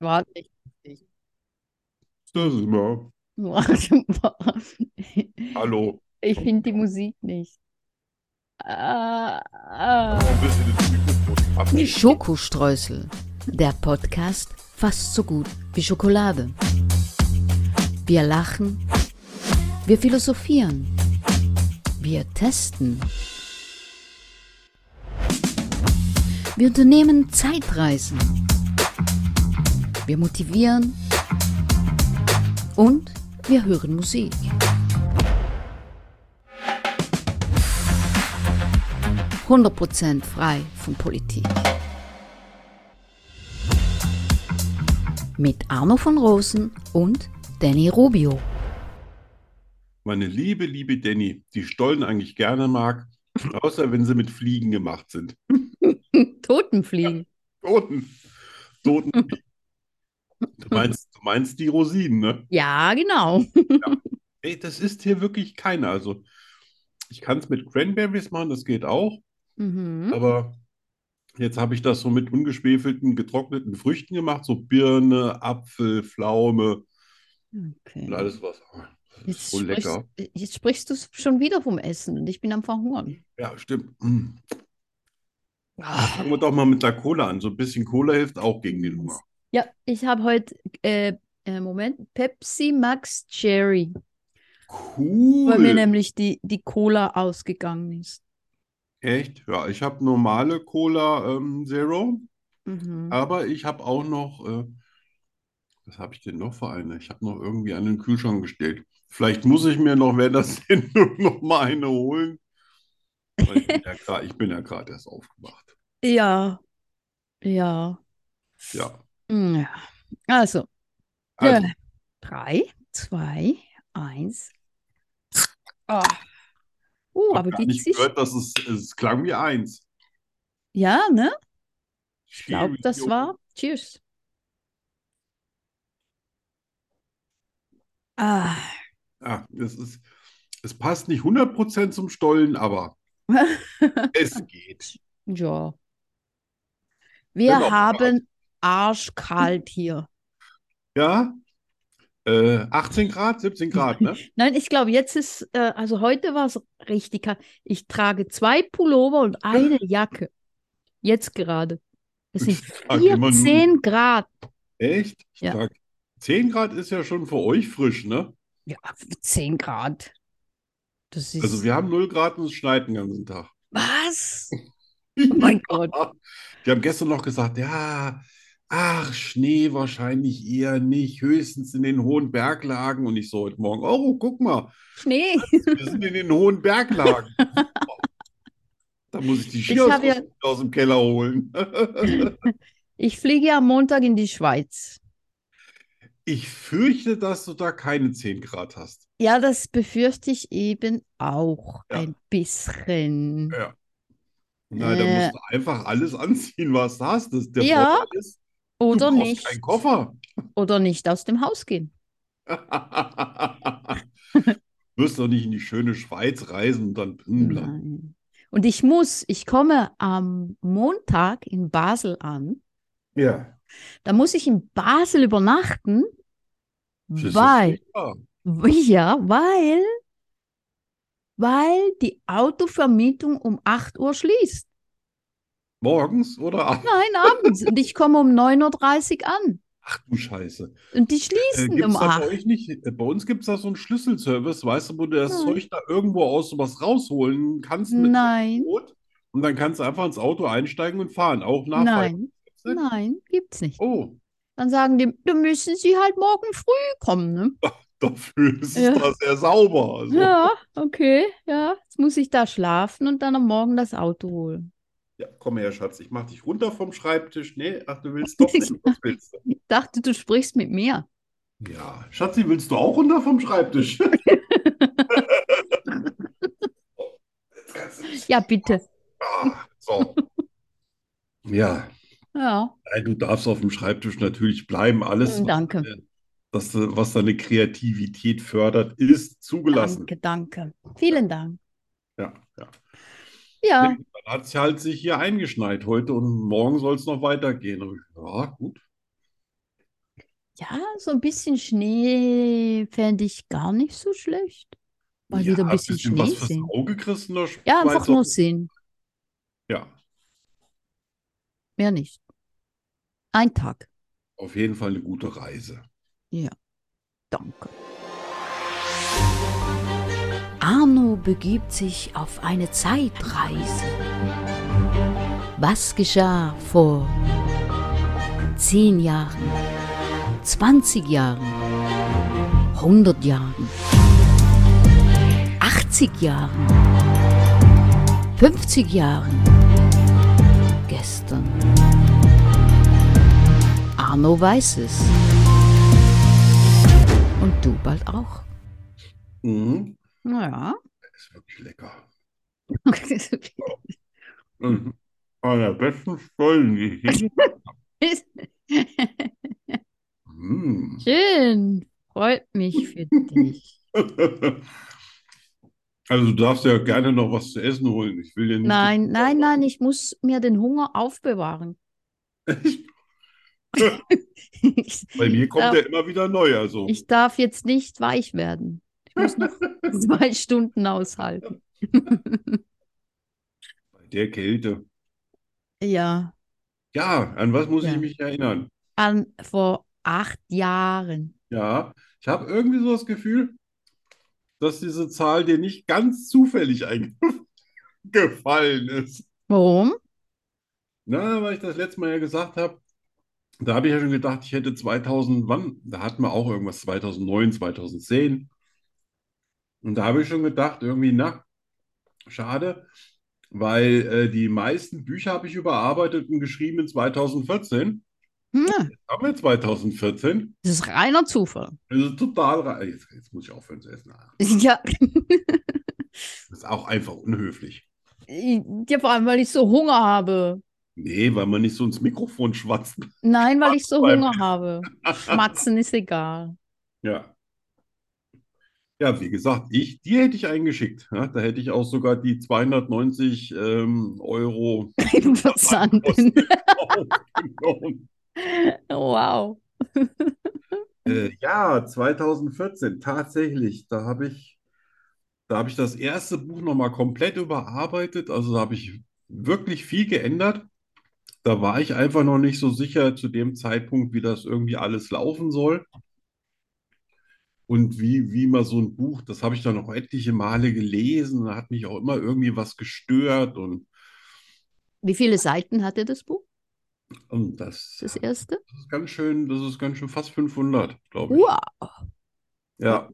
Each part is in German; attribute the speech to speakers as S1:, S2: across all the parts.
S1: war nicht richtig.
S2: Das ist mal. Hallo.
S1: Ich finde die Musik nicht. Ah, ah.
S2: Ein bisschen ins Mikrofon
S3: Die
S2: fassen.
S3: Schokostreusel. Der Podcast fast so gut wie Schokolade. Wir lachen. Wir philosophieren. Wir testen. Wir unternehmen Zeitreisen. Wir motivieren. Und wir hören Musik. Prozent frei von Politik. Mit Arno von Rosen und Danny Rubio.
S2: Meine liebe, liebe Danny, die Stollen eigentlich gerne mag, außer wenn sie mit Fliegen gemacht sind.
S1: Totenfliegen.
S2: Toten. Toten. Du meinst, du meinst die Rosinen, ne?
S1: Ja, genau.
S2: Ey, das ist hier wirklich keine. Also, ich kann es mit Cranberries machen, das geht auch.
S1: Mhm.
S2: Aber jetzt habe ich das so mit ungeschwefelten, getrockneten Früchten gemacht, so Birne, Apfel, Pflaume und
S1: Okay.
S2: alles was. Das ist
S1: Jetzt
S2: so
S1: sprichst,
S2: lecker.
S1: jetzt sprichst du schon wieder vom Essen und ich bin am Verhungern.
S2: Ja, stimmt. Mm.
S1: Ah.
S2: Fangen wir doch mal mit der Cola an. So ein bisschen Cola hilft auch gegen den Hunger.
S1: Ja, ich habe heute, äh, äh, Moment, Pepsi Max Cherry, weil mir
S2: Cool.
S1: nämlich die, die Cola ausgegangen ist.
S2: Echt? Ja, ich habe normale Cola ähm, Zero,
S1: Mhm.
S2: aber ich habe auch noch, äh, was habe ich denn noch für eine? Ich habe noch irgendwie eine in den Kühlschrank gestellt. Vielleicht muss ich mir noch während der Sendung noch mal eine holen. Weil ich bin ja gerade, ich bin ja gerade erst aufgewacht.
S1: Ja, ja.
S2: Ja.
S1: Mm, ja. Also,
S2: Also,
S1: äh, drei, zwei, eins. Ah.
S2: ich
S1: Oh,
S2: habe
S1: aber
S2: gar
S1: die
S2: nicht
S1: Zisch.
S2: gehört, dass es, es klang wie eins.
S1: Ja, ne?
S2: Ich
S1: Ich glaube, das war. Cheers. Ah.
S2: Ah, das ist, es passt nicht 100% zum Stollen, aber es geht.
S1: Ja. Wir
S2: Bin auch
S1: haben arschkalt hier.
S2: Ja, äh, 18 Grad, 17 Grad, ne?
S1: Nein, ich glaube, jetzt ist, äh, also heute war es richtig kalt. Ich trage zwei Pullover und eine Jacke. Jetzt gerade. Es sind
S2: Ich trage immer nur-
S1: 14 Grad.
S2: Echt? Ich
S1: Ja.
S2: sag, 10 Grad ist ja schon für euch frisch, ne?
S1: Ja, 10 Grad. Das
S2: Also
S1: ist.
S2: wir haben 0 Grad und es schneit den ganzen Tag.
S1: Was? Oh mein Gott.
S2: Die haben gestern noch gesagt, ja, ach, Schnee wahrscheinlich eher nicht, höchstens in den hohen Berglagen. Und ich so heute Morgen, oh, guck mal,
S1: Schnee.
S2: wir sind in den hohen Berglagen. Da muss ich die
S1: Ich hab ja-
S2: Skiausrüstung aus dem Keller holen.
S1: Ich fliege ja am Montag in die Schweiz.
S2: Ich fürchte, dass du da keine 10 Grad hast.
S1: Ja, das befürchte ich eben auch
S2: Ja. Äh,
S1: ein bisschen.
S2: Ja. Nein, da
S1: Äh.
S2: musst du einfach alles anziehen, was du hast. Das, der
S1: Ja,
S2: Vorteil ist, du
S1: Oder
S2: brauchst
S1: nicht.
S2: keinen Koffer.
S1: Oder nicht aus dem Haus gehen.
S2: Du wirst doch nicht in die schöne Schweiz reisen und dann drin bleiben.
S1: Nein. Und ich muss, ich komme am Montag in Basel an.
S2: Ja.
S1: Da muss ich in Basel übernachten,
S2: Das ist
S1: weil,
S2: klar.
S1: ja, weil, weil die Autovermietung um 8 Uhr schließt.
S2: Morgens oder abends?
S1: Nein, abends. Und ich komme um 9.30 Uhr an.
S2: Ach du Scheiße.
S1: Und die
S2: Äh,
S1: schließen
S2: gibt's
S1: um
S2: da bei
S1: 8
S2: euch nicht? äh, Bei uns gibt es da so einen Schlüsselservice, weißt du, wo du das
S1: Nein.
S2: Zeug da irgendwo aus sowas rausholen kannst mit einem
S1: Hm. Nein,
S2: Boot und dann kannst du einfach ins Auto einsteigen und fahren, auch nach
S1: nein,
S2: Weihnachtsfest.
S1: nein, gibt's nicht.
S2: Oh,
S1: Dann sagen die, dann müssen sie halt morgen früh kommen, ne?
S2: dafür ist es
S1: Ja.
S2: da sehr sauber. Also.
S1: Ja, okay, ja. Jetzt muss ich da schlafen und dann am Morgen das Auto holen.
S2: Ja, komm her, Schatz, ich mach dich runter vom Schreibtisch. Nee, ach, du willst doch nicht. Was willst du?
S1: Ich dachte, du sprichst mit mir.
S2: Ja, Schatzi, willst du auch runter vom Schreibtisch? Jetzt kannst du nicht.
S1: Ja, bitte.
S2: Ah, so. Ja,
S1: Ja,
S2: nein, du darfst auf dem Schreibtisch natürlich bleiben. Alles,
S1: Mm, danke.
S2: Was, deine- das, äh, was deine Kreativität fördert, ist zugelassen.
S1: danke, danke. Vielen Dank.
S2: Ja, ja.
S1: Ja,
S2: Dann hat es halt sich hier eingeschneit heute und morgen soll es noch weitergehen. Und ich, Ja, gut.
S1: Ja, so ein bisschen Schnee fände ich gar nicht so schlecht. Mal
S2: Ja,
S1: wieder ein bisschen,
S2: was
S1: Schnee
S2: fürs
S1: sehen.
S2: Auge, Christener
S1: Ja, einfach
S2: Schweizer.
S1: nur sehen,
S2: Ja,
S1: mehr nicht. Ein Tag.
S2: auf jeden Fall eine gute Reise.
S1: Danke.
S3: Arno begibt sich auf eine Zeitreise. Was geschah vor 10 Jahren, 20 Jahren, 100 Jahren, 80 Jahren, 50 Jahren, gestern? Arno weiß es. Und du bald auch.
S2: Mhm.
S1: Naja.
S2: Ist wirklich lecker. Mhm. Einer der besten Stollen, die ich je. Mhm.
S1: Schön. Freut mich für dich.
S2: Also du darfst ja gerne noch was zu essen holen. Ich will dir nicht.
S1: Nein, nein, nein, ich muss mir den Hunger aufbewahren. Ich,
S2: Bei mir kommt
S1: darf,
S2: ja immer wieder neu. Also
S1: Ähm, ich darf jetzt nicht weich werden. Ich muss noch zwei Stunden aushalten.
S2: bei der Kälte.
S1: Ja.
S2: Ja, an was muss
S1: Ja.
S2: ich mich erinnern?
S1: An, vor acht Jahren.
S2: Ja, ich habe irgendwie so das Gefühl, dass diese Zahl dir nicht ganz zufällig eingefallen ist.
S1: Warum?
S2: Na, weil ich das letzte Mal ja gesagt habe, da habe ich ja schon gedacht, ich hätte 2000, wann? Da hatten wir auch irgendwas 2009, 2010. Und da habe ich schon gedacht, irgendwie, na, schade, weil äh, die meisten Bücher habe ich überarbeitet und geschrieben in 2014.
S1: Hm,
S2: Haben wir 2014?
S1: das ist reiner Zufall.
S2: Das ist total. re- Jetzt, jetzt muss ich aufhören zu essen.
S1: Ja,
S2: Das ist auch einfach unhöflich.
S1: ja, vor allem, weil ich so Hunger habe.
S2: Nee, weil man nicht so ins Mikrofon schwatzt.
S1: Nein, weil ich so
S2: Beim-
S1: Hunger habe. Schmatzen ist egal.
S2: Ja. Ja, wie gesagt, ich, die hätte ich eingeschickt. Ja, da hätte ich auch sogar die 290 ähm, Euro
S1: Im Versand.
S2: Versandkosten aufgenommen.
S1: Wow.
S2: Äh,
S1: Mhm.
S2: ja, 2014, tatsächlich. Da habe ich, da habe ich das erste Buch nochmal komplett überarbeitet. Also da habe ich wirklich viel geändert. Da war ich einfach noch nicht so sicher zu dem Zeitpunkt, wie das irgendwie alles laufen soll. Und wie, wie man so ein Buch, das habe ich dann noch etliche Male gelesen. Da hat mich auch immer irgendwie was gestört. Und,
S1: Wie viele Seiten hatte das Buch,
S2: und das,
S1: das erste? Uh,
S2: das ist ganz schön, das ist ganz schön fast 500, glaube ich.
S1: Wow.
S2: Ja,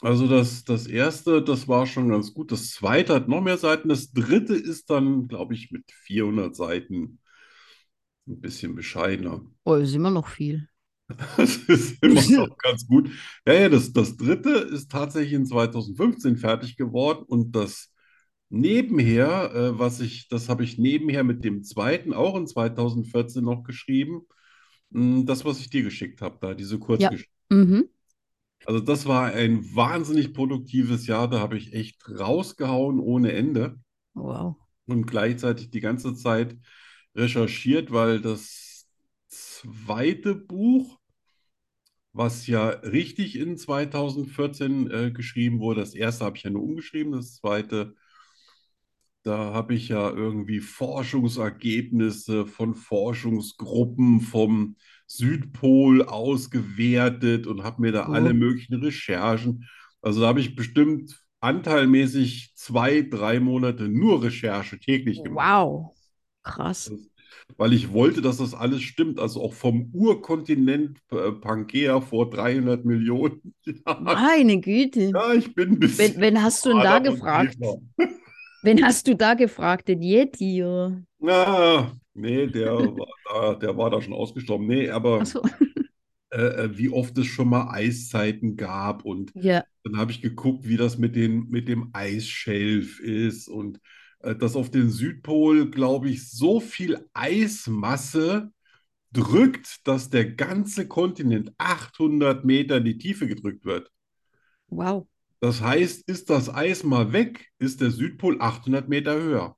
S2: also das, das erste, das war schon ganz gut. Das zweite hat noch mehr Seiten. Das dritte ist dann, glaube ich, mit 400 Seiten ein bisschen bescheidener.
S1: Oh, das ist immer noch viel.
S2: Das ist immer noch ganz gut. Ja, ja, das, das dritte ist tatsächlich in 2015 fertig geworden und das nebenher, äh, was ich, das habe ich nebenher mit dem zweiten auch in 2014 noch geschrieben. Mm, Das, was ich dir geschickt habe, da diese Kurzgeschichte.
S1: Mhm.
S2: Also das war ein wahnsinnig produktives Jahr, da habe ich echt rausgehauen ohne Ende
S1: Wow.
S2: und gleichzeitig die ganze Zeit recherchiert, weil das zweite Buch, was ja richtig in 2014 äh, geschrieben wurde, das erste habe ich ja nur umgeschrieben, das zweite, da habe ich ja irgendwie Forschungsergebnisse von Forschungsgruppen vom Südpol ausgewertet und habe mir da
S1: Oh.
S2: alle möglichen Recherchen, also da habe ich bestimmt anteilmäßig zwei, drei Monate nur Recherche täglich gemacht
S1: Wow. Krass.
S2: weil ich wollte, dass das alles stimmt. Also auch vom Urkontinent äh, Pangea vor 300 Millionen Jahren.
S1: Meine Güte.
S2: Ja, ich bin ein
S1: Wen,
S2: bisschen
S1: wen hast du denn da
S2: Adam und
S1: gefragt?
S2: Eva.
S1: Wen hast du da gefragt? Den Yeti? oder?
S2: Na, nee, der war da, der war da schon ausgestorben. Nee, aber
S1: Ach so.
S2: äh, äh, wie oft es schon mal Eiszeiten gab und
S1: Ja.
S2: Dann habe ich geguckt, wie das mit den, mit dem Eisschelf ist und äh, dass auf den Südpol, glaube ich, so viel Eismasse drückt, dass der ganze Kontinent 800 Meter in die Tiefe gedrückt wird.
S1: Wow.
S2: Das heißt, ist das Eis mal weg, ist der Südpol 800 Meter höher.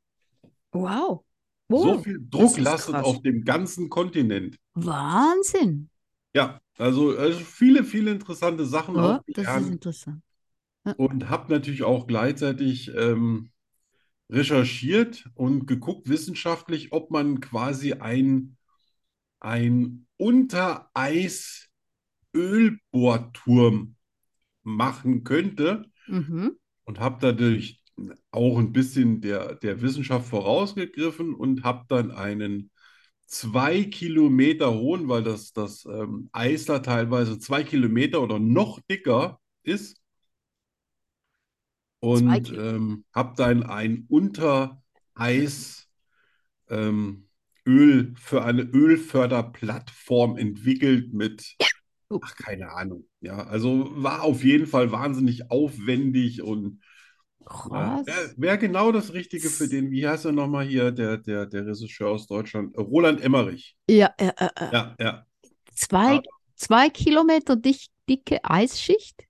S1: Wow.
S2: So
S1: Wow.
S2: viel
S1: Oh, das
S2: Druck
S1: ist
S2: lastet
S1: krass.
S2: auf dem ganzen Kontinent.
S1: Wahnsinn.
S2: Ja, Also, also viele, viele interessante Sachen
S3: Oh, das ist
S2: aufgelernt
S3: interessant.
S2: und habe natürlich auch gleichzeitig ähm, recherchiert und geguckt wissenschaftlich, ob man quasi ein, ein Untereis-Ölbohrturm machen könnte
S3: Mhm.
S2: und habe dadurch auch ein bisschen der, der Wissenschaft vorausgegriffen und habe dann einen zwei Kilometer hohen, weil das, das ähm, Eis da teilweise zwei Kilometer oder noch dicker ist.
S3: Zwei
S2: Und
S3: Kilo.
S2: ähm, habe dann ein Untereis ähm, Öl für eine Ölförderplattform entwickelt mit,
S3: Oh.
S2: ach, keine Ahnung. Ja, also war auf jeden Fall wahnsinnig aufwendig und ja,
S3: Krass.
S2: wäre wär Äh, genau das Richtige für den, wie heißt er nochmal hier, der, der, der Regisseur aus Deutschland, Roland Emmerich.
S3: Ja, äh, äh, äh.
S2: Ja, ja.
S3: Zwei,
S2: Ja.
S3: zwei Kilometer dich, dicke Eisschicht?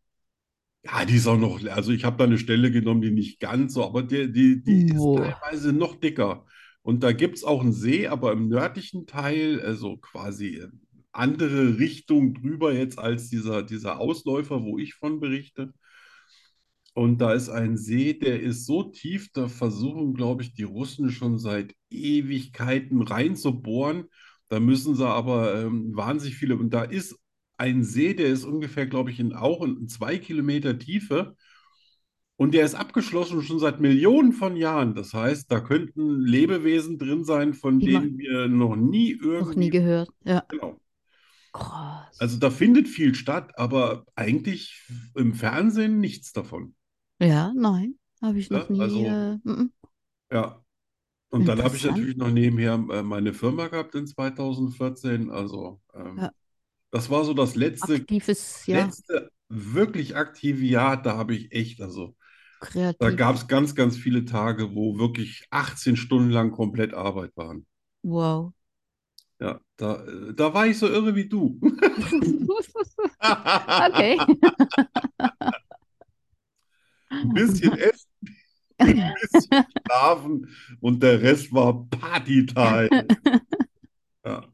S2: Ja, die ist auch noch, also ich habe da eine Stelle genommen, die nicht ganz so, aber die, die, die ist
S3: Boah.
S2: teilweise noch dicker. Und da gibt es auch einen See, aber im nördlichen Teil, also quasi äh, andere Richtung drüber jetzt als dieser, dieser Ausläufer, wo ich von berichte. Und da ist ein See, der ist so tief, da versuchen, glaube ich, die Russen schon seit Ewigkeiten reinzubohren. Da müssen sie aber ähm, wahnsinnig viele. Und da ist ein See, der ist ungefähr, glaube ich, in auch in zwei Kilometer Tiefe. Und der ist abgeschlossen schon seit Millionen von Jahren. Das heißt, da könnten Lebewesen drin sein, von
S3: Die man
S2: denen wir noch nie
S3: noch nie
S2: irgendwie.
S3: gehört. Ja.
S2: Genau.
S3: Krass.
S2: Also da findet viel statt, aber eigentlich im Fernsehen nichts davon.
S3: ja, nein. Habe ich noch
S2: Ne?
S3: nie.
S2: Also.
S3: Äh, mm,
S2: Ja, und dann habe ich
S3: Interessant.
S2: natürlich noch nebenher äh, meine Firma gehabt in 2014. Also ähm,
S3: Ja.
S2: das war so das letzte,
S3: aktives, ja,
S2: letzte wirklich aktive Jahr. Da habe ich echt, also da
S3: kreativ.
S2: gab es ganz, ganz viele Tage, wo wirklich 18 Stunden lang komplett Arbeit waren.
S3: Wow.
S2: Ja, da, äh, da war ich so irre wie du.
S3: Okay.
S2: Ein bisschen essen, ein bisschen schlafen und der Rest war Partytime. Ja.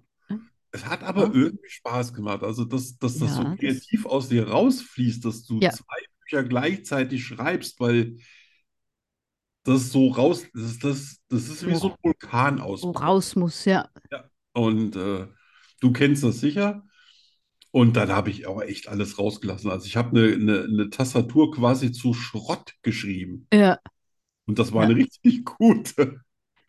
S2: Es hat aber
S3: Ja.
S2: irgendwie Spaß gemacht. Also, dass, dass das so
S3: Ja, das-
S2: kreativ aus dir rausfließt, dass du
S3: Ja.
S2: zwei Bücher gleichzeitig schreibst, weil das so raus, das, das, das ist wie so ein Vulkan aus.
S3: Wo raus muss, ja.
S2: Und äh, du kennst das sicher. Und dann habe ich aber echt alles rausgelassen. Also, ich habe eine, eine, eine Tastatur quasi zu Schrott geschrieben.
S3: Ja.
S2: Und das war
S3: Ja.
S2: eine richtig gute.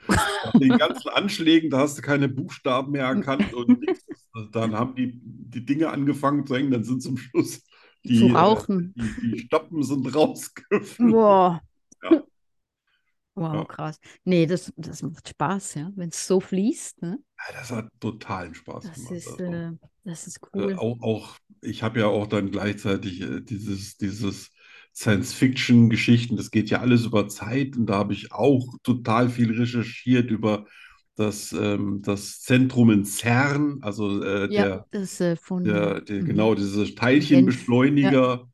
S2: Nach den ganzen Anschlägen, da hast du keine Buchstaben mehr erkannt und nichts. Also Dann haben die, die Dinge angefangen zu hängen, dann sind zum Schluss
S3: Zu
S2: die, äh,
S3: rauchen.
S2: die, die Stoppen sind rausgeflogen.
S3: Wow.
S2: Ja. Ja.
S3: Wow, krass. Nee, das, das macht Spaß, ja. Wenn es so fließt, ne?
S2: Ja, das hat totalen Spaß
S3: Das
S2: gemacht.
S3: ist,
S2: Also,
S3: äh, das ist
S2: äh,
S3: cool.
S2: auch, auch, ich habe ja auch dann gleichzeitig äh, dieses, dieses Science-Fiction-Geschichten, das geht ja alles über Zeit und da habe ich auch total viel recherchiert über das, ähm, das Zentrum in CERN, also äh, der.
S3: Ja, das äh, von.
S2: Der, der,
S3: mhm.
S2: genau, diese Teilchenbeschleuniger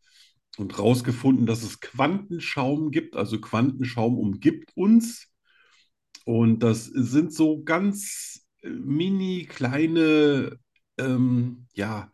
S2: und rausgefunden, dass es Quantenschaum gibt. Also Quantenschaum umgibt uns. Und das sind so ganz äh, mini kleine, ähm, ja,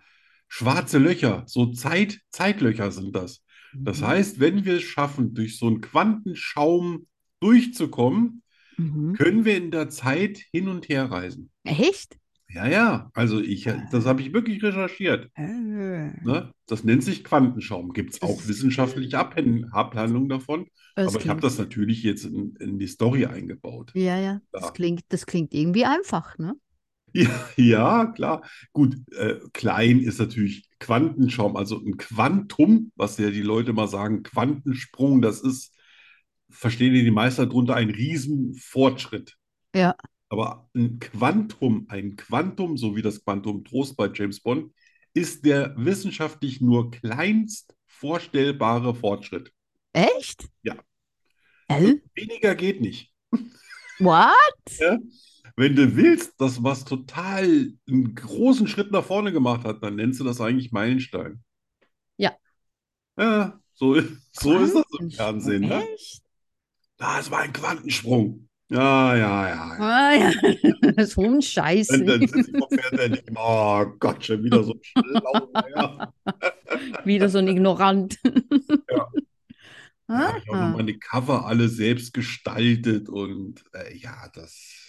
S2: schwarze Löcher. So Zeit, Zeitlöcher sind das. Das
S3: Mhm.
S2: heißt, wenn wir es schaffen, durch so einen Quantenschaum durchzukommen,
S3: Mhm.
S2: können wir in der Zeit hin und her reisen.
S3: Echt?
S2: Ja, ja, also ich, das habe ich wirklich recherchiert.
S3: Äh.
S2: Ne? Das nennt sich Quantenschaum. Gibt es
S3: Das
S2: auch
S3: ist-
S2: wissenschaftliche Abhäng- Abhandlungen davon?
S3: Das
S2: Aber ich habe
S3: klingt.
S2: das natürlich jetzt in, in die Story eingebaut.
S3: Ja, ja. Das
S2: Ja,
S3: klingt, das klingt irgendwie einfach, ne?
S2: ja, ja klar. Gut, äh, klein ist natürlich Quantenschaum, also ein Quantum, was ja die Leute mal sagen, Quantensprung, das ist, verstehen die Meister drunter, ein Riesenfortschritt.
S3: Ja.
S2: Aber ein Quantum, ein Quantum, so wie das Quantum Trost bei James Bond, ist der wissenschaftlich nur kleinst vorstellbare Fortschritt.
S3: Echt?
S2: Ja.
S3: L?
S2: Weniger geht nicht.
S3: What?
S2: Ja? Wenn du willst, dass was total einen großen Schritt nach vorne gemacht hat, dann nennst du das eigentlich Meilenstein.
S3: Ja.
S2: Ja, so, so ist das im
S3: Quantensprung,
S2: Fernsehen. Ne?
S3: Echt?
S2: Das war ein Quantensprung. Ja, ja, ja. ja.
S1: Ah, ja. Das ist so ein Scheiß.
S2: Dann, dann sitzt ich auf Pferd, dann denk ich, oh Gott, schon wieder so ein Schlau. Ja.
S1: Wieder so ein Ignorant.
S2: Ja. also Da habe ich auch noch
S1: Aha.
S2: meine Cover alle selbst gestaltet und äh, ja, das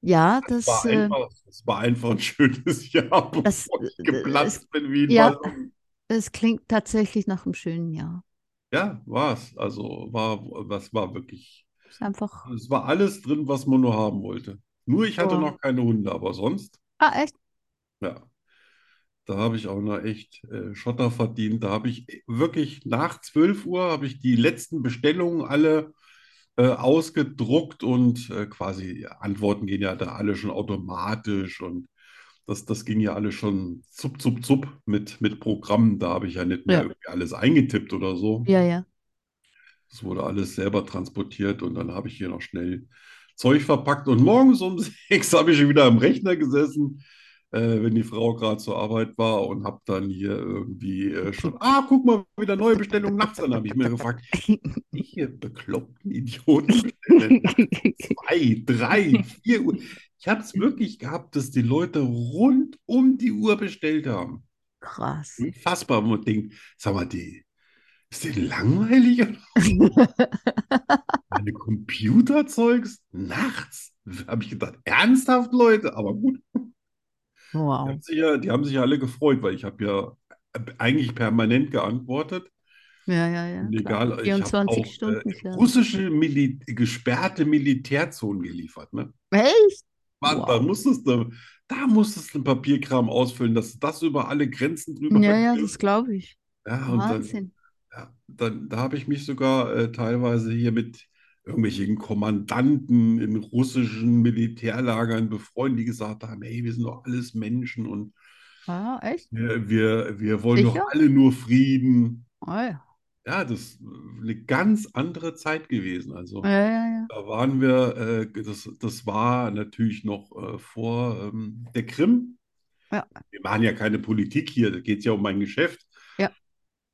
S1: Ja, das,
S2: war
S1: äh,
S2: einfach, das war einfach ein schönes Jahr, bevor
S1: das, äh,
S2: ich geplatzt bin wie ein
S1: ja.
S2: Ballon.
S1: das klingt tatsächlich nach einem schönen Jahr.
S2: Ja, war's. Also war, was war wirklich. also,
S1: Ist einfach.
S2: Es war alles drin, was man nur haben wollte. Nur ich hatte
S1: Boah.
S2: noch keine Hunde, aber sonst,
S1: Ah, echt?
S2: ja. Da habe ich auch noch echt äh, Schotter verdient. Da habe ich äh, wirklich nach 12 Uhr habe ich die letzten Bestellungen alle äh, ausgedruckt und äh, quasi Antworten gehen ja da alle schon automatisch und das, das ging ja alles schon zup, zup, zup mit, mit Programmen. Da habe ich ja nicht mehr
S1: Ja.
S2: irgendwie alles eingetippt oder so.
S1: Ja, ja.
S2: Es wurde alles selber transportiert und dann habe ich hier noch schnell Zeug verpackt. Und morgens um sechs habe ich schon wieder am Rechner gesessen, äh, wenn die Frau gerade zur Arbeit war und habe dann hier irgendwie äh, schon, ah, guck mal, wieder neue Bestellung nachts. Dann habe ich mir gefragt, ich hier bekloppten Idioten bestellen zwei, drei, vier Uhr. Ich habe es wirklich gehabt, dass die Leute rund um die Uhr bestellt haben.
S1: Krass.
S2: Hm? Unfassbar. Und man denkt, sag mal, die, ist denen langweilig oder meine Computerzeugs nachts? Habe ich gedacht, ernsthaft, Leute? Aber gut, die
S1: Wow.
S2: haben sich ja, die haben sich ja alle gefreut, weil ich habe ja äh, eigentlich permanent geantwortet.
S1: Ja, ja, ja.
S2: Und
S1: Klar.
S2: egal, ich habe
S1: 24
S2: auch
S1: Stunden,
S2: äh,
S1: klar.
S2: russische Mili gesperrte Militärzonen geliefert. Ne?
S1: Echt?
S2: Mann, da
S1: Wow.
S2: musstest du, da musstest du einen Papierkram ausfüllen, dass du das über alle Grenzen drüber
S1: Ja, ja,
S2: kriegst.
S1: das glaube ich.
S2: Ja, und dann,
S1: Wahnsinn.
S2: Ja, dann, da habe ich mich sogar äh, teilweise hier mit irgendwelchen Kommandanten in russischen Militärlagern befreundet, die gesagt haben, hey, wir sind doch alles Menschen und
S1: Ah, echt?
S2: wir, wir, wir wollen doch
S1: Sicher?
S2: alle nur Frieden.
S1: Ah, ja.
S2: Ja, das ist eine ganz andere Zeit gewesen. Also
S1: Ja, ja, ja.
S2: da waren wir, äh, das, das war natürlich noch äh, vor ähm, der Krim.
S1: Ja.
S2: Wir machen ja keine Politik hier, da geht es ja um mein Geschäft.
S1: Ja.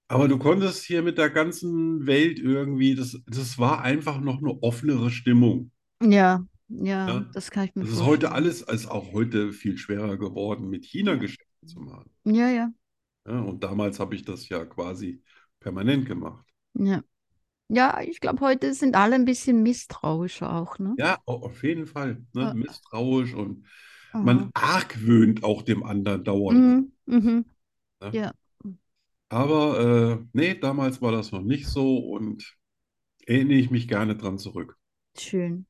S2: Aber du konntest hier mit der ganzen Welt irgendwie, das, das war einfach noch eine offenere Stimmung.
S1: Ja, ja,
S2: Ja.
S1: das kann ich mir
S2: Das ist heute
S1: vorstellen.
S2: alles, ist auch heute viel schwerer geworden, mit China
S1: Ja.
S2: Geschäfte zu machen.
S1: Ja, ja,
S2: Ja, und damals habe ich das ja quasi permanent gemacht.
S1: ja. Ja, ich glaube, heute sind alle ein bisschen misstrauischer auch, ne?
S2: Ja, au- auf jeden Fall, ne?
S1: Ja.
S2: Misstrauisch und man
S1: Aha.
S2: argwöhnt auch dem anderen dauernd.
S1: Ah. Mhm, mhm.
S2: Aber äh, nee, damals war das noch nicht so und erinnere ich mich gerne dran zurück.
S1: Schön.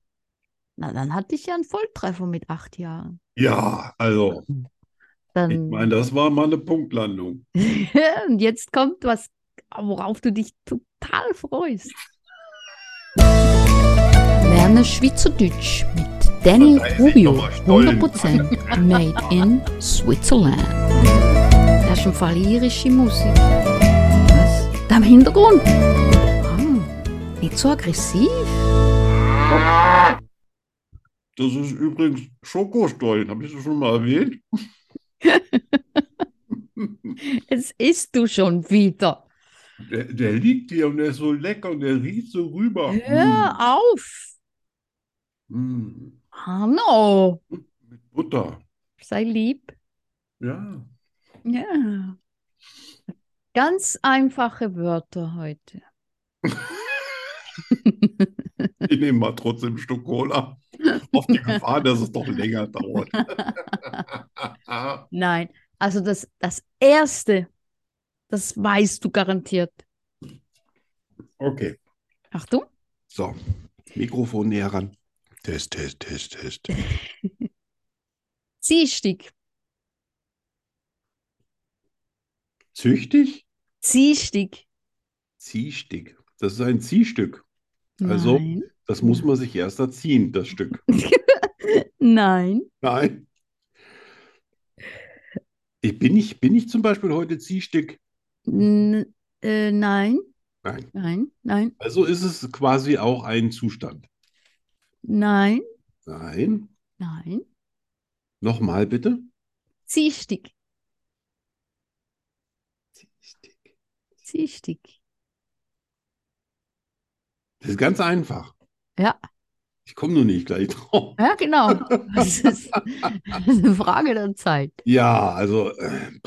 S1: Na, dann hatte ich ja einen Volltreffer mit acht Jahren.
S2: Ja, also, ich meine,
S1: Dann,
S2: das war mal eine Punktlandung.
S1: und jetzt kommt was, worauf du dich total freust.
S3: Lerne Schweizerdeutsch mit Danny
S2: Da ist ich
S3: Rubio.
S2: nochmal stolz.
S3: 100% made in Switzerland. Das ist im Fall irische Musik. Was? Da im Hintergrund? Ah, nicht so aggressiv.
S2: Das ist übrigens Schokostollen, habe ich das schon mal erwähnt?
S1: Es isst du schon wieder.
S2: Der, der liegt hier und der ist so lecker und der riecht so rüber. Hm.
S1: Hör auf.
S2: Mm, mm.
S1: Arno,
S2: Mit Butter.
S1: sei lieb.
S2: Ja.
S1: Ja. Ganz einfache Wörter heute.
S2: Ich nehme mal trotzdem ein Stück Cola. Auf die Gefahr, dass es doch länger dauert.
S1: Nein, also das, das Erste, das weißt du garantiert.
S2: Okay,
S1: Achtung,
S2: so. Mikrofon näher ran. Test, Test, Test, Test.
S1: Ziehstick.
S2: Züchtig?
S1: Ziehstick.
S2: Ziehstück. Das ist ein Ziehstück. Also,
S1: Nein.
S2: das muss man sich erst erziehen, das Stück.
S1: Nein.
S2: Nein. Ich bin, ich, bin ich zum Beispiel heute Ziehstück?
S1: N äh, nein.
S2: Nein.
S1: Nein. Nein.
S2: Also ist es quasi auch ein Zustand.
S1: Nein.
S2: Nein.
S1: Nein.
S2: Nochmal bitte.
S1: Ziehstick.
S2: Ziehstück.
S1: Ziehstick.
S2: Das ist ganz einfach.
S1: Ja.
S2: Ich komme nur nicht gleich drauf.
S4: Ja, genau. Das ist eine Frage der Zeit.
S2: Ja, also äh,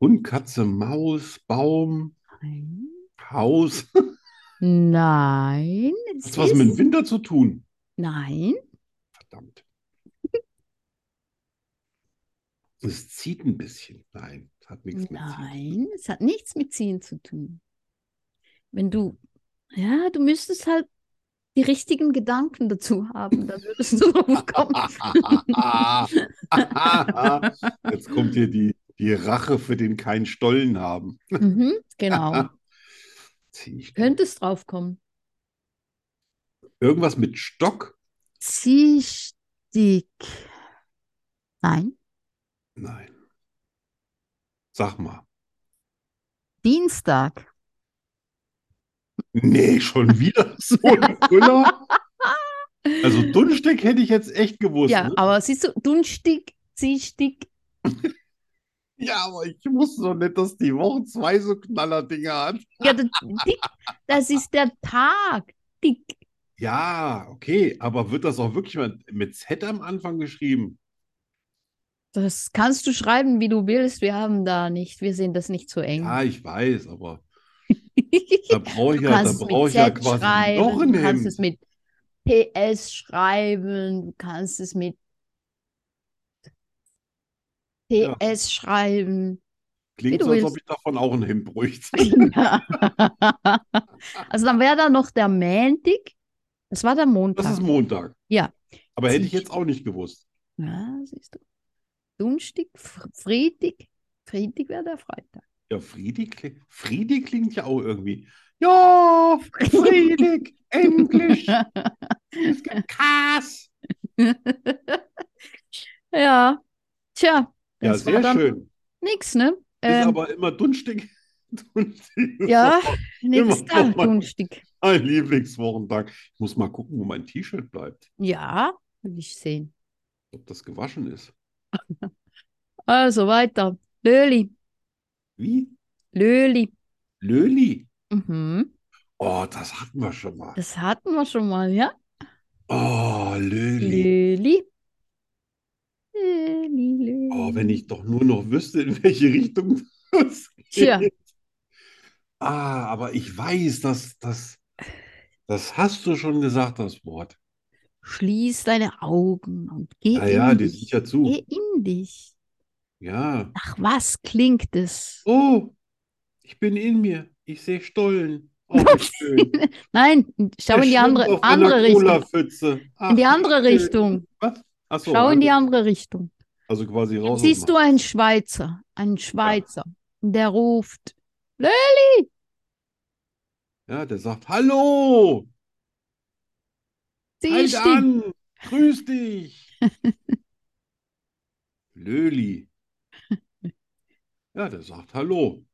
S2: Hund, Katze, Maus, Baum,
S4: Nein.
S2: Haus.
S4: Nein.
S2: Hat
S4: es
S2: was
S4: ist-
S2: mit dem Winter zu tun.
S4: Nein.
S2: Verdammt. Es zieht ein bisschen. Nein, es hat nichts mit Ziehen.
S4: Nein. Es hat nichts mit Ziehen zu tun.
S3: Wenn du, ja, du müsstest halt die richtigen Gedanken dazu haben, dann würdest du drauf kommen.
S2: Jetzt kommt hier die, die Rache für den keinen Stollen haben.
S3: mhm, genau.
S2: Zieh ich-
S3: Könntest drauf kommen.
S2: Irgendwas mit Stock?
S4: Ziehstick. Nein.
S2: Nein. Sag mal.
S4: Dienstag.
S2: Nee, schon wieder so ein Brüller. Also Dunnsteck hätte ich jetzt echt gewusst.
S3: Ja,
S2: ne?
S3: aber siehst du, Dunstig, Ziehstick,
S2: ja, aber ich wusste doch nicht, dass die Woche zwei so Knallerdinger hat.
S3: ja, das, Dick, das ist der Tag. Dick.
S2: Ja, okay, aber wird das auch wirklich mit, mit Z am Anfang geschrieben?
S3: Das kannst du schreiben, wie du willst. Wir haben da nicht, wir sehen das nicht so eng.
S2: Ja, ich weiß, aber da brauche ich
S3: Du
S2: ja, da
S3: kannst es
S2: brauche
S3: mit
S2: ich ja
S3: Z
S2: quasi
S3: schreiben,
S2: noch ein
S3: du kannst es
S2: Hemd.
S3: mit PS schreiben, du kannst es mit
S2: Ja.
S3: PS schreiben. wie
S2: Klingt
S3: du
S2: so, als
S3: willst.
S2: ob ich davon auch ein Hemd bräuchte.
S3: Ja. Also dann wäre da noch der Mantic. Das war der
S2: Das
S3: Montag.
S2: ist Montag.
S3: Ja.
S2: Aber hätte ich jetzt auch nicht gewusst.
S3: Ja, siehst du. Dunstig, Friedig. Friedig wäre der Freitag.
S2: Ja, Friedi, kli- Friedi klingt ja auch irgendwie. Ja, Friedig, endlich. Es gibt Kass.
S3: Ja. Tja,
S2: Ja,
S3: das war
S2: sehr
S3: dann
S2: schön.
S3: nix, ne?
S2: Ist
S3: Ähm,
S2: aber immer dunstig. dunstig ist
S3: ja,
S2: auch
S3: nix
S2: immer
S3: da,
S2: noch mal-
S3: Dunstig.
S2: Mein Lieblingswochentag. Ich muss mal gucken, wo mein T-Shirt bleibt.
S3: Ja, will ich sehen.
S2: Ob das gewaschen ist.
S3: Also weiter. Löli,
S2: Wie?
S3: Löli.
S2: Löli.
S3: Mhm.
S2: Oh, das hatten wir schon mal.
S3: Das hatten wir schon mal, ja?
S2: Oh, Löli.
S3: Löli. Löli, Löli.
S2: Oh, wenn ich doch nur noch wüsste, in welche Richtung das
S3: Tja.
S2: geht. Ah, aber ich weiß, dass das, das hast du schon gesagt, das Wort.
S4: Schließ deine Augen und geh
S2: Ja, ja,
S4: in
S2: die
S4: dich.
S2: sind ja zu.
S4: Geh in dich.
S2: Ja.
S4: Nach was klingt es?
S2: Oh, ich bin in mir. Ich sehe Stollen. Oh, wie schön.
S4: Nein, schau
S2: Der
S4: in die
S2: schwimmt
S4: andere,
S2: auf einer
S4: andere Richtung.
S2: Cola-Pfütze. Ach,
S4: In die
S2: wie
S4: andere
S2: schön.
S4: Richtung.
S2: Was? Ach so,
S4: Schau in die
S2: also-
S4: andere Richtung.
S2: Also quasi raus.
S4: Siehst du einen Schweizer, einen Schweizer, der ruft,
S2: Ja, der sagt, Hallo,
S4: zieh
S2: halt
S4: still.
S2: an, grüß dich. Löli. Ja, der sagt Hallo.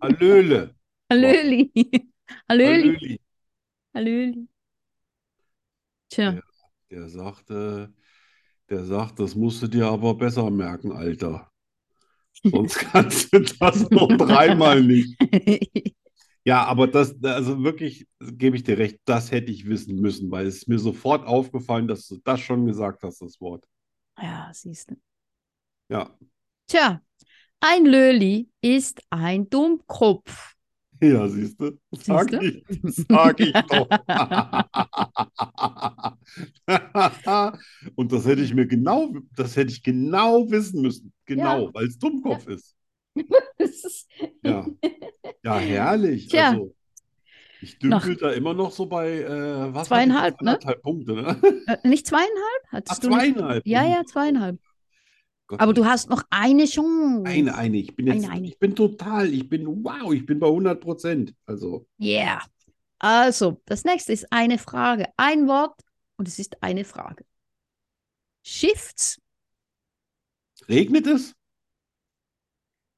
S2: Hallöle.
S3: Hallöli. Hallöli.
S2: Hallöli.
S3: Hallöli. Tja,
S2: Der sagt, äh, der sagt, das musst du dir aber besser merken, Alter. Sonst kannst du das noch dreimal nicht. Ja, aber das, also wirklich, gebe ich dir recht, das hätte ich wissen müssen, weil es ist mir sofort aufgefallen, dass du das schon gesagt hast, das Wort.
S3: ja, siehst du.
S2: Ja,
S3: Tja, ein Löli ist ein Dummkopf.
S2: ja, siehst du, sag
S3: Siehst du?
S2: ich, sag ich doch. Und das hätte ich mir genau, das hätte ich genau wissen müssen, genau, weil es Dummkopf ist.
S3: Das ist-
S2: Ja, ja, herrlich.
S3: Tja.
S2: Also, ich dümpel da immer noch so bei, äh, was hatte ich jetzt?
S3: Zweieinhalb, ne?
S2: Anderthalb Punkte, ne?
S3: Äh, Nicht zweieinhalb? Hattest
S2: Ach,
S3: du nicht?
S2: zweieinhalb.
S3: Ja, ja, zweieinhalb. Aber du hast noch eine Chance.
S2: Eine, eine. Ich bin jetzt,
S3: Mhm. Eine, eine.
S2: ich bin total, ich bin, wow, ich bin bei 100 Prozent. Also,
S3: Yeah. Also, das nächste ist eine Frage. Ein Wort und es ist eine Frage. Shifts.
S2: regnet es?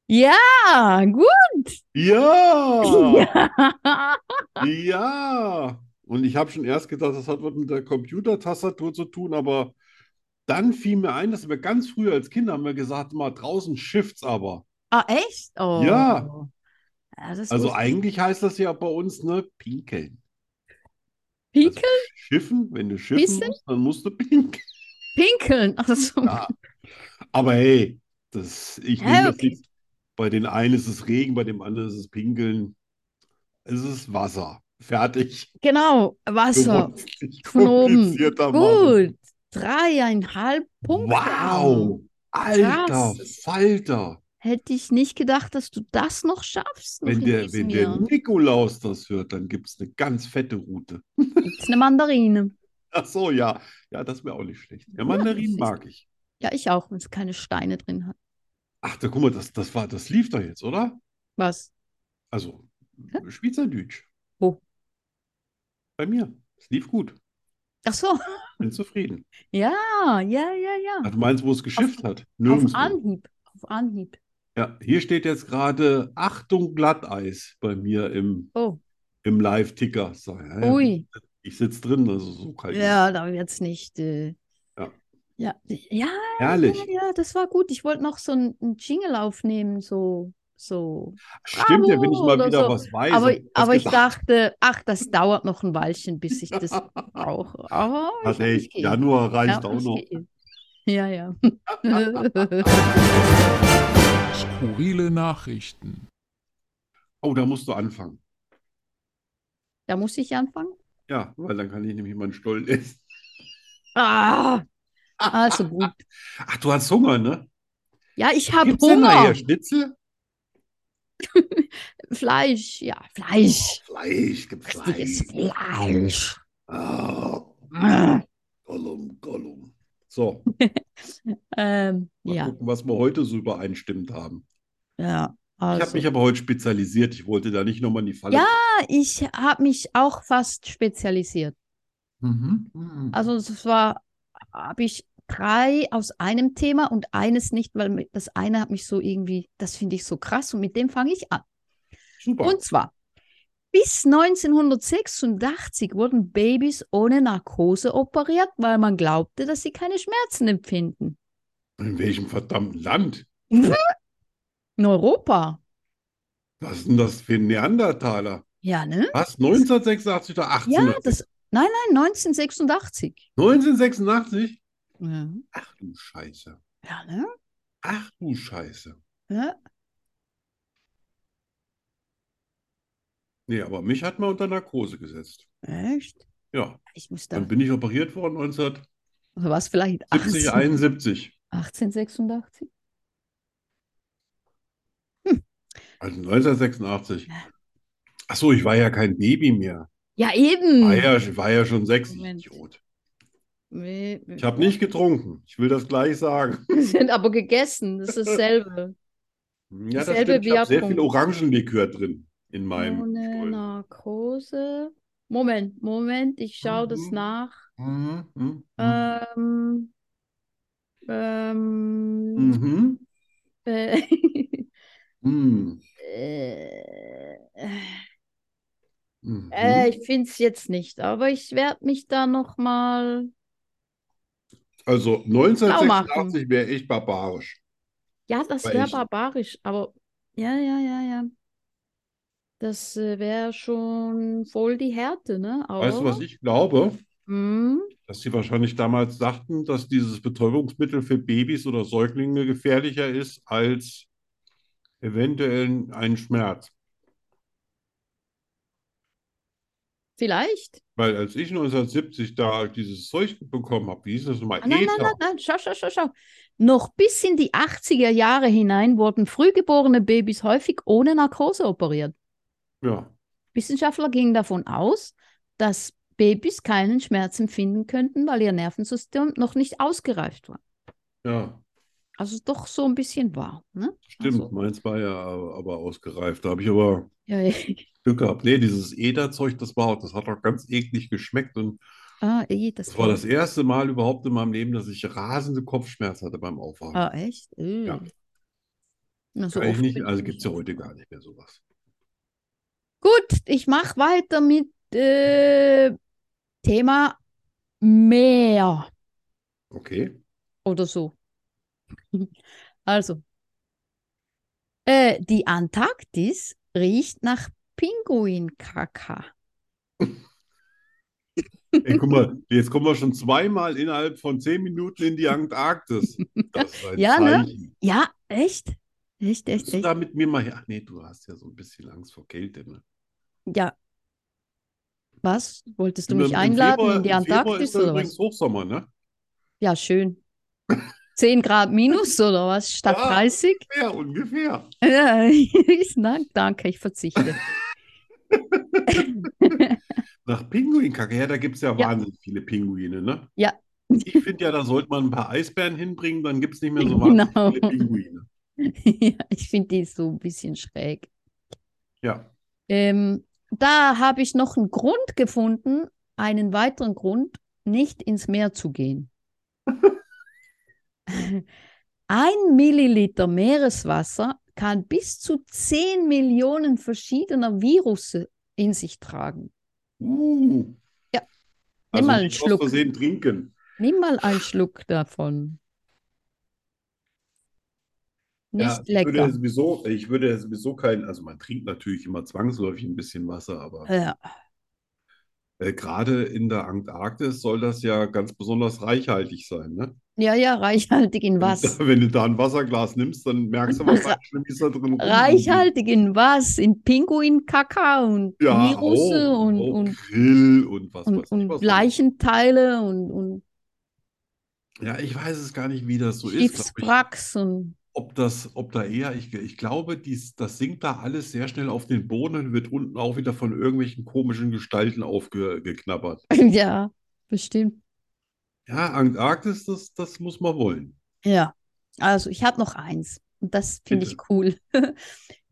S3: Ja, gut. Oh.
S2: Ja!
S3: Ja.
S2: Ja! Und ich habe schon erst gedacht, das hat was mit der Computertastatur zu tun, aber dann fiel mir ein, dass wir ganz früh als Kinder haben wir gesagt, mal draußen Shifts aber.
S3: Ah, echt? Oh.
S2: Ja.
S3: Ja, das
S2: Also
S3: wusste ich.
S2: eigentlich heißt das ja bei uns, ne, pinkeln.
S3: Pinkeln?
S2: Schiffen, wenn du schiffen
S3: Pissen?
S2: musst, dann musst du pinkeln.
S3: Pinkeln. Ach so.
S2: Ja. Aber hey, das, ich
S3: Ja,
S2: nehme das
S3: okay.
S2: jetzt. Bei den einen ist es Regen, bei dem anderen ist es Pinkeln. Es ist Wasser. Fertig.
S3: Genau.
S2: Du
S3: Wasser.
S2: wolltest nicht
S3: Von oben.
S2: komplizierter machen.
S3: Gut. Dreieinhalb Punkte.
S2: Wow. Alter
S3: Krass.
S2: Falter.
S3: Hätte ich nicht gedacht, dass du das noch schaffst. Noch
S2: Wenn
S3: in
S2: der,
S3: diesem
S2: wenn der
S3: Jahr.
S2: Nikolaus das hört, dann gibt es eine ganz fette Route.
S3: Gibt's eine Mandarine.
S2: Ach so, ja. Ja, das wäre auch nicht schlecht. Ja, Mandarinen
S3: siehst
S2: mag ich.
S3: Ja, ich auch, wenn es keine Steine drin hat.
S2: Ach, da guck mal, das, das war, das lief doch jetzt, oder?
S3: Was?
S2: Also, Schweizerdeutsch.
S3: Wo?
S2: Bei mir. Es lief gut.
S3: Ach so.
S2: Bin zufrieden.
S3: Ja, ja, ja, ja.
S2: Ach, du meinst, wo es geschifft hat?
S3: Hm. Auf
S2: Nirgendwo.
S3: Anhieb. Auf Anhieb.
S2: Ja, hier steht jetzt gerade Achtung Glatteis bei mir im,
S3: Oh,
S2: im Live-Ticker. So, ja, ja,
S3: ui.
S2: Ich sitze drin, also so kalt. ist
S3: Ja, da jetzt nicht. Äh,
S2: Ja.
S3: ja, ja,
S2: es.
S3: ja,
S2: Herrlich.
S3: ja, das war gut. Ich wollte noch so einen einen Jingle aufnehmen, so, so.
S2: Stimmt ja, wenn ich mal
S3: oder
S2: wieder
S3: so.
S2: was weiß.
S3: Aber,
S2: hab ich das
S3: aber ich
S2: gedacht.
S3: dachte, ach, das dauert noch ein Weilchen, bis ich das brauche. Aber ich
S2: Hat,
S3: hab
S2: ey,
S3: mich geirrt.
S2: Januar
S3: Ja,
S2: reicht auch
S3: ich
S2: noch.
S3: geirrt. Ja, ja.
S5: Skurrile Nachrichten.
S2: Oh, da musst du anfangen.
S3: Da muss ich anfangen.
S2: Ja, weil dann kann ich nämlich meinen Stollen essen.
S3: Ah, also gut.
S2: Ach, du hast Hunger, ne?
S3: Ja, ich habe
S2: Gibt's denn nachher
S3: Hunger.
S2: Schnitzel?
S3: Fleisch, ja, Fleisch.
S2: Fleisch, gibt
S3: Richtiges
S2: Fleisch.
S3: Fleisch.
S2: Ah, Gollum, Gollum. So,
S3: Ähm,
S2: mal
S3: ja,
S2: gucken, was wir heute so übereinstimmt haben.
S3: ja.
S2: Ich
S3: Also.
S2: habe mich aber heute spezialisiert. Ich wollte da nicht nochmal in die Falle.
S3: Ja. ich habe mich auch fast spezialisiert.
S2: Mhm. Mhm.
S3: Also es war, habe ich drei aus einem Thema und eines nicht, weil mi- das eine hat mich so irgendwie, das finde ich so krass und mit dem fange ich an.
S2: Super.
S3: Und zwar, bis 1986 wurden Babys ohne Narkose operiert, weil man glaubte, dass sie keine Schmerzen empfinden.
S2: In welchem verdammten Land?
S3: In Europa.
S2: Was ist denn das für ein Neandertaler?
S3: Ja, ne?
S2: Was? 1986 oder
S3: Ja,
S2: 1886?
S3: das, nein, nein, 1986.
S2: 1986?
S3: Ja,
S2: Ach du Scheiße.
S3: ja ne?
S2: Ach du Scheiße.
S3: Ja.
S2: Nee, aber mich hat man unter Narkose gesetzt.
S3: Echt?
S2: Ja,
S3: Ich muss da.
S2: dann bin ich operiert worden 1970,
S3: Oder war es vielleicht 18,
S2: 71.
S3: 1886?
S2: Also 1986. Ach so, ich war ja kein Baby mehr.
S3: Ja, eben.
S2: War ja, ich war ja schon sechs, ich
S3: Mhm. Moment.
S2: Idiot.
S3: Nee,
S2: Ich habe nicht getrunken. Ich will das gleich sagen.
S3: Wir sind aber gegessen. Das ist dasselbe.
S2: Ja, das
S3: Dieselbe Oh, ne,
S2: stimmt. Ich habe sehr viel
S3: Wirkung.
S2: Orangenlikör drin in meinem
S3: Ohne
S2: Stollen.
S3: Narkose. Moment, Moment, ich schaue das
S2: Mhm.
S3: nach.
S2: Mhm, mhm, mhm.
S3: Ähm, ähm,
S2: Mhm,
S3: äh,
S2: mhm,
S3: äh,
S2: mhm.
S3: äh, ich finde es jetzt nicht, aber ich werde mich da nochmal.
S2: Also
S3: Blau
S2: 1986
S3: machen.
S2: wäre echt barbarisch.
S3: Ja, das
S2: Aber
S3: wäre
S2: ich-
S3: barbarisch, aber ja, ja, ja, ja. Das äh, wäre schon voll die Härte, ne?
S2: Weißt du,
S3: Aber,
S2: was ich glaube?
S3: hm,
S2: Dass sie wahrscheinlich damals dachten, dass dieses Betäubungsmittel für Babys oder Säuglinge gefährlicher ist als eventuell ein Schmerz.
S3: vielleicht.
S2: Weil als ich 1970 da dieses Zeug bekommen habe, wie hieß das nochmal?
S3: Ah, Nein, nein,
S2: Ether.
S3: nein, nein, schau, schau, schau, schau. Noch bis in die 80er Jahre hinein wurden frühgeborene Babys häufig ohne Narkose operiert.
S2: Ja.
S3: Wissenschaftler gingen davon aus, dass Babys keinen Schmerz empfinden könnten, weil ihr Nervensystem noch nicht ausgereift war.
S2: Ja,
S3: Also doch so ein bisschen wahr. Ne?
S2: stimmt.
S3: Also,
S2: Meins war ja aber ausgereift. Da habe ich aber
S3: ja, ja.
S2: Glück gehabt. Nee, dieses Ederzeug, das war, das hat doch ganz eklig geschmeckt. Und
S3: Ah, eh, das
S2: das war
S3: geht.
S2: das erste Mal überhaupt in meinem Leben, dass ich rasende Kopfschmerzen hatte beim Aufwachen.
S3: Ah, echt? Äh.
S2: Ja.
S3: Na, so
S2: Kann ich
S3: oft
S2: nicht,
S3: bin
S2: also
S3: ich
S2: gibt es
S3: nicht.
S2: ja heute gar nicht mehr sowas.
S3: Gut, ich mache weiter mit äh, Thema Meer.
S2: Okay.
S3: oder so. Also, äh, die Antarktis riecht nach Pinguinkaka.
S2: Ey, guck mal, jetzt kommen wir schon zweimal innerhalb von zehn Minuten in die Antarktis. Das ist ein
S3: Ja, ne?
S2: Zeichen.
S3: Ja, echt? Echt, echt,
S2: Kannst du
S3: echt.
S2: da mit mir mal her? Ach nee, du hast ja so ein bisschen Angst vor Kälte, ne?
S3: Ja. Was? Wolltest du
S2: Im-
S3: mich
S2: im
S3: einladen
S2: Februar-
S3: in die
S2: im Februar
S3: Antarktis
S2: ist da
S3: oder
S2: übrigens
S3: was?
S2: Hochsommer, ne?
S3: Ja, schön. 10 Grad minus oder was? Statt
S2: Ja.
S3: 30?
S2: Ja, ungefähr.
S3: Ja, ich- Nein, danke, ich verzichte.
S2: Nach Pinguinkacke, ja, da gibt es ja
S3: Ja.
S2: wahnsinnig viele Pinguine, ne?
S3: Ja.
S2: Ich finde ja, da sollte man ein paar Eisbären hinbringen, dann gibt es nicht mehr so wahnsinnig
S3: Genau.
S2: viele Pinguine.
S3: Ja, ich finde die so ein bisschen schräg.
S2: Ja.
S3: Ähm, da habe ich noch einen Grund gefunden, einen weiteren Grund, nicht ins Meer zu gehen. Ein Milliliter Meereswasser kann bis zu 10 Millionen verschiedener Virusse in sich tragen.
S2: Uh.
S3: Ja.
S2: Also
S3: mal einen
S2: nicht
S3: Schluck.
S2: aus Versehen trinken.
S3: Nimm mal einen Schluck davon.
S2: Ja,
S3: Nicht
S2: ich würde ja
S3: lecker.
S2: sowieso, ich würde ja sowieso keinen, also man trinkt natürlich immer zwangsläufig ein bisschen Wasser, aber
S3: Ja,
S2: äh, gerade in der Antarktis soll das ja ganz besonders reichhaltig sein, ne?
S3: ja, ja, reichhaltig in was?
S2: Wenn du da ein Wasserglas nimmst, dann merkst du, was
S3: Ra-
S2: ganz schlimm ist da drin rum.
S3: Reichhaltig in was? In Pinguin, Kaka und
S2: Ja,
S3: Virusse
S2: auch,
S3: und,
S2: auch
S3: und,
S2: Grill und was weiß
S3: und,
S2: ich was.
S3: und Leichenteile und, und
S2: Ja, ich weiß es gar nicht, wie das so ist, ob ich,
S3: Schiffswracks und
S2: ob das, ob da eher, ich, ich glaube, dies, das sinkt da alles sehr schnell auf den Boden und wird unten auch wieder von irgendwelchen komischen Gestalten aufgeknabbert.
S3: ja, bestimmt.
S2: Ja, Antarktis, das, das muss man wollen.
S3: Ja. Also ich habe noch eins und das finde ich
S2: Bitte.
S3: cool.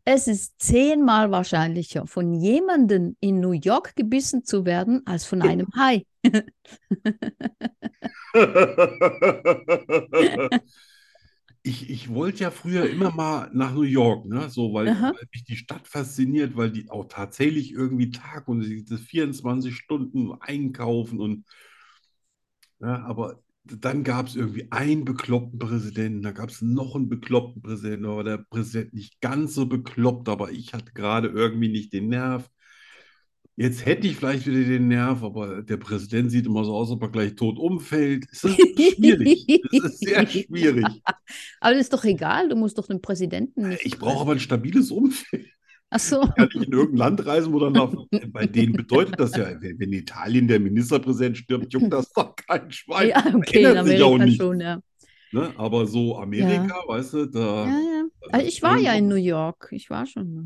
S3: Es ist zehnmal wahrscheinlicher, von jemandem in New York gebissen zu werden, als
S2: Oh,
S3: von einem Hai.
S2: Ich, ich wollte ja früher immer mal nach New York, ne? So, weil,
S3: Aha.
S2: weil mich die Stadt fasziniert, weil die auch tatsächlich irgendwie Tag und diese 24 Stunden einkaufen und ja, aber dann gab es irgendwie einen bekloppten Präsidenten, da gab es noch einen bekloppten Präsidenten, aber der Präsident nicht ganz so bekloppt, aber ich hatte gerade irgendwie nicht den Nerv. Jetzt hätte ich vielleicht wieder den Nerv, aber der Präsident sieht immer so aus, ob er gleich tot umfällt. Es ist schwierig. Es ist sehr schwierig.
S3: Aber das ist doch egal, du musst doch den Präsidenten nicht.
S2: Ich brauche aber ein stabiles Umfeld.
S3: Ach so.
S2: Kann ich in irgendein Land reisen, wo dann nach, bei denen bedeutet das ja, wenn wenn in Italien der Ministerpräsident stirbt, juckt das doch kein Schwein.
S3: Ja, okay, in
S2: ändert sich auch
S3: Amerika
S2: nicht.
S3: schon, ja.
S2: Ne? Aber so Amerika, weißt du, da.
S3: Ja, ja.
S2: da
S3: Also
S2: ist
S3: ich war ja in
S2: irgendwo-
S3: New York. Ich war schon mal.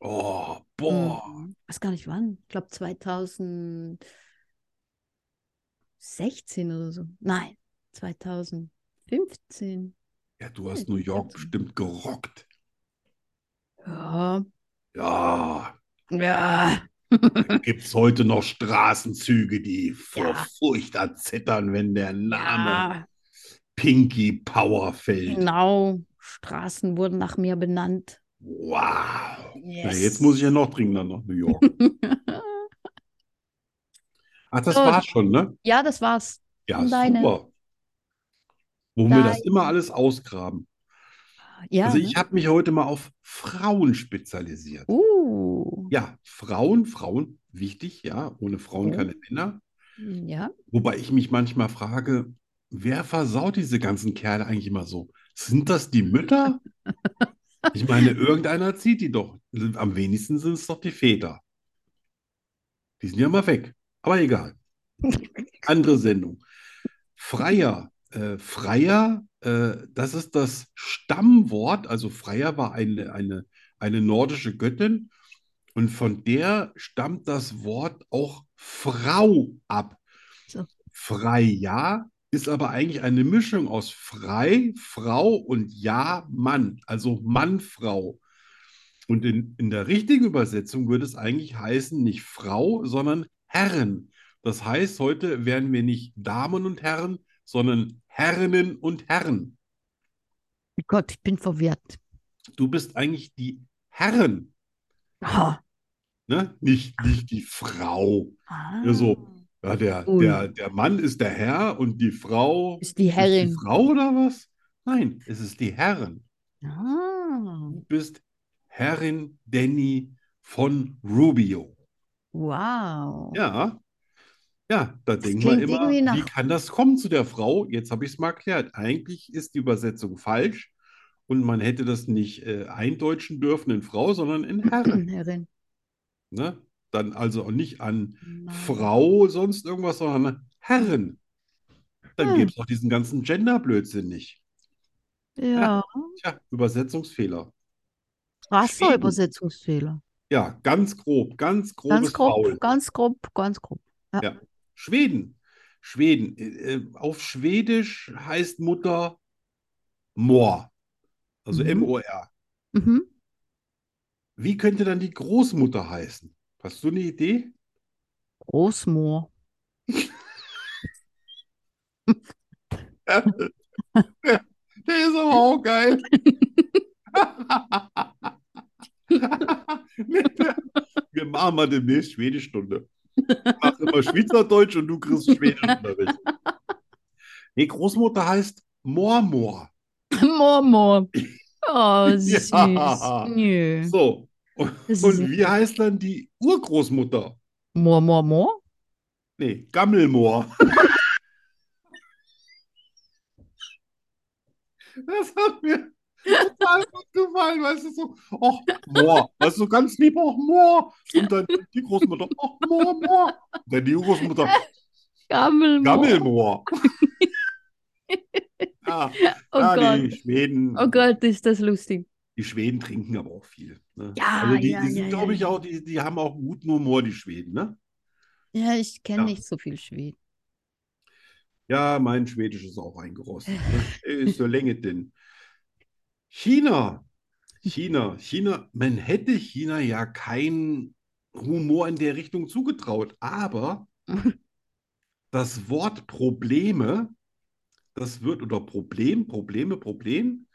S2: Oh, boah.
S3: Mhm. Weiß gar nicht wann. Ich glaube 2016 oder so. Nein, 2015.
S2: Ja, du
S3: Hm,
S2: hast New York bestimmt gerockt.
S3: Ja.
S2: Ja,
S3: Ja.
S2: gibt es heute noch Straßenzüge, die vor
S3: Ja.
S2: Furcht erzittern, wenn der Name
S3: ja.
S2: Pinky Power fällt.
S3: Genau. Straßen wurden nach mir benannt.
S2: Wow. Na,
S3: Yes.
S2: jetzt muss ich ja noch dringender nach New York. Ach, das
S3: So.
S2: war's schon, ne?
S3: Ja, das war's.
S2: Ja,
S3: Und deine?
S2: super. Wo wir das
S3: Deine.
S2: immer alles ausgraben.
S3: Ja.
S2: Also
S3: ne?
S2: ich habe mich heute mal auf Frauen spezialisiert.
S3: Uh.
S2: Ja, Frauen, Frauen, wichtig, ja, ohne Frauen
S3: Oh.
S2: keine Männer.
S3: Ja.
S2: Wobei ich mich manchmal frage, wer versaut diese ganzen Kerle eigentlich immer so? Sind das die Mütter? Ich meine, irgendeiner zieht die doch. Am wenigsten sind es doch die Väter. Die sind ja mal weg. Aber egal. Andere Sendung. Freier. Äh, Freier, äh, das ist das Stammwort. Also Freier war eine, eine, eine nordische Göttin. Und von der stammt das Wort auch Frau ab. Freijahr ist aber eigentlich eine Mischung aus frei, Frau und ja, Mann, also Mann, Frau. Und in, in der richtigen Übersetzung würde es eigentlich heißen, nicht Frau, sondern Herren. Das heißt, heute wären wir nicht Damen und Herren, sondern Herrinnen und Herren.
S3: Oh Gott, ich bin verwirrt.
S2: Du bist eigentlich die Herren,
S3: Ah.
S2: ne? Nicht, nicht die Frau. Ja,
S3: Ah.
S2: so. Ja, der,
S3: Ui.
S2: der, der Mann ist der Herr und die Frau
S3: Ist die Herrin.
S2: Ist die Frau oder was? Nein, es ist die Herrin.
S3: Ah.
S2: Du bist Herrin Danny von Rubio.
S3: Wow.
S2: Ja. Ja, da denken wir
S3: klingt
S2: immer,
S3: irgendwie nach-
S2: wie kann das kommen zu der Frau? Jetzt habe ich es mal erklärt. Eigentlich ist die Übersetzung falsch und man hätte das nicht äh, eindeutschen dürfen in Frau, sondern in Herr.
S3: Herrin.
S2: Ne? Dann also auch nicht an
S3: Nein.
S2: Frau sonst irgendwas, sondern an Herren. Dann
S3: Hm.
S2: gäbe es auch diesen ganzen Gender-Blödsinn nicht.
S3: Ja,
S2: Tja, Übersetzungsfehler.
S3: krasser
S2: Schweden.
S3: Übersetzungsfehler.
S2: Ja, ganz grob, ganz grobes
S3: Ganz grob,
S2: Faul.
S3: ganz grob, ganz grob.
S2: Schweden. Schweden. Äh, äh, auf Schwedisch heißt Mutter Mor. Also
S3: Mhm.
S2: M-O-R.
S3: Mhm.
S2: Wie könnte dann die Großmutter heißen? Hast du eine Idee?
S3: Großmoor.
S2: Der ist aber auch geil. Wir machen mal demnächst Schwedischstunde. Ich mache immer Schweizerdeutsch und du kriegst Schwedischunterricht. Nee, Großmutter heißt Mormor.
S3: Mormor. Oh, süß.
S2: Ja.
S3: Nö.
S2: So, und,
S3: Das ist
S2: und wie heißt dann die Urgroßmutter?
S3: Moor, Moor, Moor?
S2: Nee, Gammelmoor. Das hat mir total gut gefallen, weißt du, so, ach, Moor, weißt du, ganz lieb, ach, Moor. Und dann die Großmutter, ach, Moor, Moor. Und dann die Urgroßmutter,
S3: Gammelmoor.
S2: Gammelmoor. Ja,
S3: Oh
S2: ja,
S3: Gott.
S2: die Schweden,
S3: Oh Gott, ist das lustig.
S2: die Schweden trinken aber auch viel. Ne?
S3: Ja,
S2: Also die,
S3: ja,
S2: die sind,
S3: ja,
S2: glaube
S3: ja,
S2: ich,
S3: ja.
S2: auch, die, die haben auch einen guten Humor, die Schweden, ne?
S3: Ja, ich kenne
S2: Ja.
S3: nicht so viel Schweden.
S2: Ja, mein Schwedisch ist auch eingerostet. Ne? Ist so Länge denn. China. China. China. Man hätte China ja keinen Humor in der Richtung zugetraut. Aber das Wort Probleme, das wird, oder Problem, Probleme, Problem,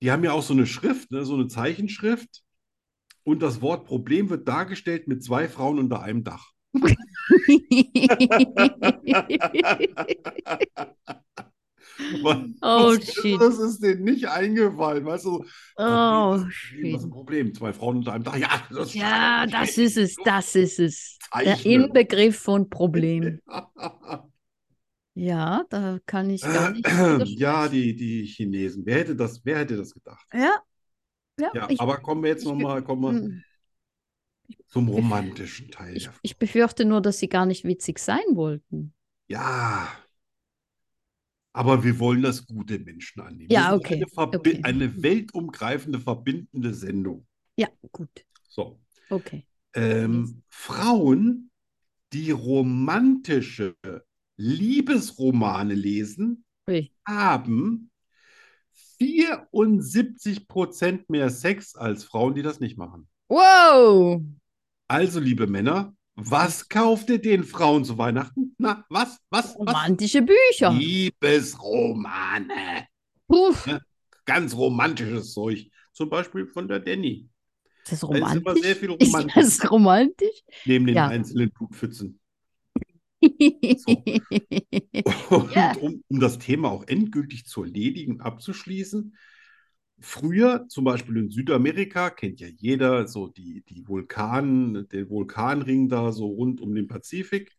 S2: die haben ja auch so eine Schrift, ne? So eine Zeichenschrift. Und das Wort Problem wird dargestellt mit zwei Frauen unter einem Dach. Man-
S3: Oh,
S2: das,
S3: shit.
S2: das ist denen nicht eingefallen, weißt du? Problem, das Problem,
S3: Oh,
S2: das
S3: Schweden.
S2: Problem. Zwei Frauen unter einem Dach. Ja, das ist
S3: Ja, das ist es, das ist es. Der
S2: Zeichnen.
S3: Inbegriff von Problem. Ja, da kann ich gar nicht
S2: Ja,
S3: widersprechen.
S2: die, die Chinesen. Wer hätte das, wer hätte das gedacht?
S3: Ja, ja,
S2: Ja,
S3: ich,
S2: aber kommen wir jetzt
S3: ich bin-
S2: nochmal wir
S3: mm,
S2: zum romantischen Teil.
S3: ich,
S2: der
S3: ich befürchte nur, dass sie gar nicht witzig sein wollten.
S2: Ja, aber wir wollen das gute Menschen annehmen.
S3: Ja,
S2: Wir sind
S3: okay,
S2: eine verbi-
S3: okay.
S2: eine weltumgreifende, verbindende Sendung.
S3: Ja, gut,
S2: So.
S3: okay.
S2: Ähm, Frauen, die romantische Liebesromane lesen,
S3: Ui.
S2: haben 74 Prozent mehr Sex als Frauen, die das nicht machen.
S3: Wow!
S2: Also, liebe Männer, was kauft ihr den Frauen zu Weihnachten? Na, was, was, was?
S3: Romantische Bücher.
S2: Liebesromane.
S3: Puh,
S2: Ganz romantisches Zeug. Zum Beispiel von der Danny.
S3: ist das
S2: Da ist immer
S3: romantisch?
S2: sehr viel
S3: Ist
S2: Romantik
S3: das romantisch?
S2: neben den
S3: Ja.
S2: einzelnen Blutpfützen. Und
S3: Ja.
S2: um, um das Thema auch endgültig zu erledigen, abzuschließen, früher zum Beispiel in Südamerika, kennt ja jeder so die, die Vulkan, den Vulkanring da so rund um den Pazifik,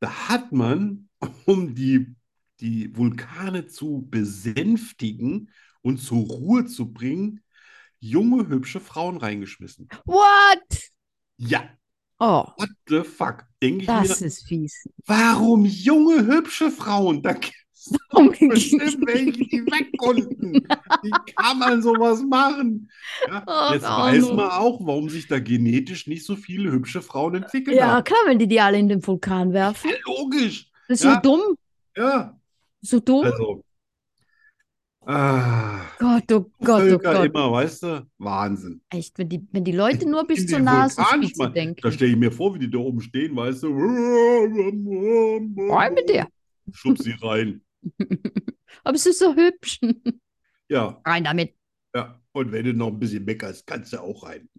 S2: da hat man, um die, die Vulkane zu besänftigen und zur Ruhe zu bringen, junge, hübsche Frauen reingeschmissen.
S3: What?
S2: Ja,
S3: Oh,
S2: what the fuck, denke ich mir.
S3: das ist fies.
S2: Warum junge, hübsche Frauen? Da gibt's doch bestimmt welche, die weg konnten. Wie kann man sowas machen? Ja,
S3: Ach,
S2: jetzt weiß
S3: Arno.
S2: man auch, warum sich da genetisch nicht so viele hübsche Frauen entwickeln
S3: Ja,
S2: haben.
S3: klar, wenn die die alle in den Vulkan werfen.
S2: Ja, logisch.
S3: Das ist
S2: Ja.
S3: so dumm,
S2: Ja,
S3: so dumm.
S2: also. Ah,
S3: Gott, oh Gott, oh
S2: Völker
S3: Gott.
S2: immer, weißt du? Wahnsinn.
S3: Echt, wenn die, wenn die Leute nur bis
S2: In
S3: zur
S2: den
S3: Nasenspitze
S2: Vulkanschma- Da
S3: denken.
S2: stelle ich mir vor, wie die da oben stehen, weißt du?
S3: Rein mit dir.
S2: Schub sie rein.
S3: Aber es ist so hübsch.
S2: Ja.
S3: Rein damit.
S2: Ja, und wenn du noch ein bisschen meckerst, kannst du auch rein.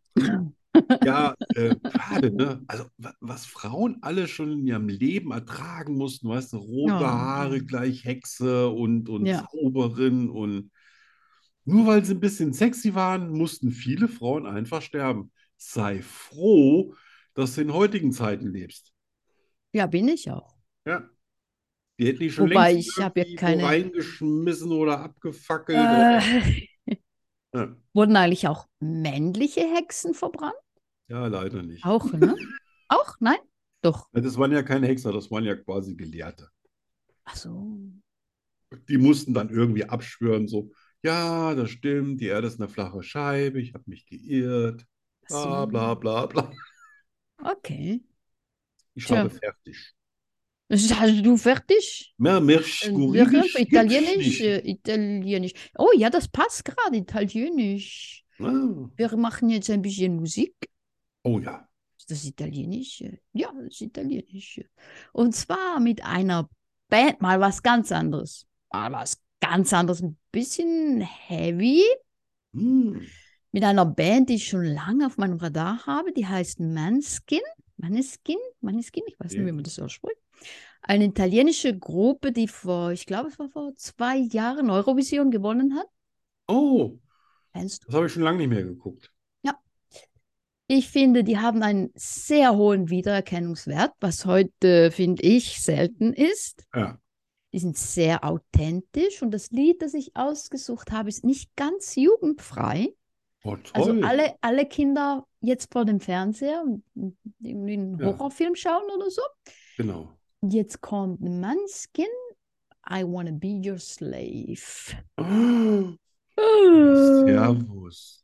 S2: Ja, äh, schade, ne? Also, wa- was Frauen alle schon in ihrem Leben ertragen mussten, weißt du, rote
S3: Ja.
S2: Haare gleich Hexe und, und
S3: Ja.
S2: Zauberin und nur weil sie ein bisschen sexy waren, mussten viele Frauen einfach sterben. Sei froh, dass du in heutigen Zeiten lebst.
S3: Ja, bin ich auch.
S2: Ja. Die hätten die schon
S3: Wobei,
S2: längst
S3: ich hab ja
S2: irgendwie wo
S3: keine-
S2: reingeschmissen oder abgefackelt. oder-
S3: Äh,
S2: Ja.
S3: wurden eigentlich auch männliche Hexen verbrannt?
S2: ja, leider nicht.
S3: Auch, ne? auch? Nein? Doch.
S2: Das waren ja keine Hexer, das waren ja quasi Gelehrte.
S3: Ach so.
S2: Die mussten dann irgendwie abschwören, so, ja, das stimmt, die Erde ist eine flache Scheibe, ich habe mich geirrt,
S3: Ach so.
S2: bla bla bla bla.
S3: Okay.
S2: Ich
S3: Tja.
S2: habe fertig.
S3: Ist- Hast du fertig?
S2: Mehr
S3: Äh,
S2: Merschkurilisch
S3: wirklich?
S2: gibt's
S3: Italienisch?
S2: nicht.
S3: äh, Italienisch. Oh ja, das passt gerade. Italienisch.
S2: Ah.
S3: Wir machen jetzt ein bisschen Musik.
S2: Oh ja.
S3: Ist das Italienisch? Ja, das ist Italienisch. Und zwar mit einer Band, mal was ganz anderes. Mal was ganz anderes, ein bisschen heavy.
S2: Hm.
S3: Mit einer Band, die ich schon lange auf meinem Radar habe, die heißt Manskin. Maneskin? Maneskin? Ich weiß nicht,
S2: Ja.
S3: wie man das ausspricht. Eine italienische Gruppe, die vor, ich glaube, es war vor zwei Jahren Eurovision gewonnen hat.
S2: Oh,
S3: Kennst du?
S2: das habe ich schon lange nicht mehr geguckt.
S3: Ich finde, die haben einen sehr hohen Wiedererkennungswert, was heute, finde ich, selten ist.
S2: Ja.
S3: Die sind sehr authentisch und das Lied, das ich ausgesucht habe, ist nicht ganz jugendfrei.
S2: Oh,
S3: Also
S2: toll.
S3: alle, alle Kinder jetzt vor dem Fernseher und und irgendwie einen
S2: Ja.
S3: Horrorfilm schauen oder so.
S2: Genau.
S3: Und Jetzt kommt Manskin, I Wanna Be Your Slave. Äh.
S2: Oh,
S3: Ja.
S2: Servus.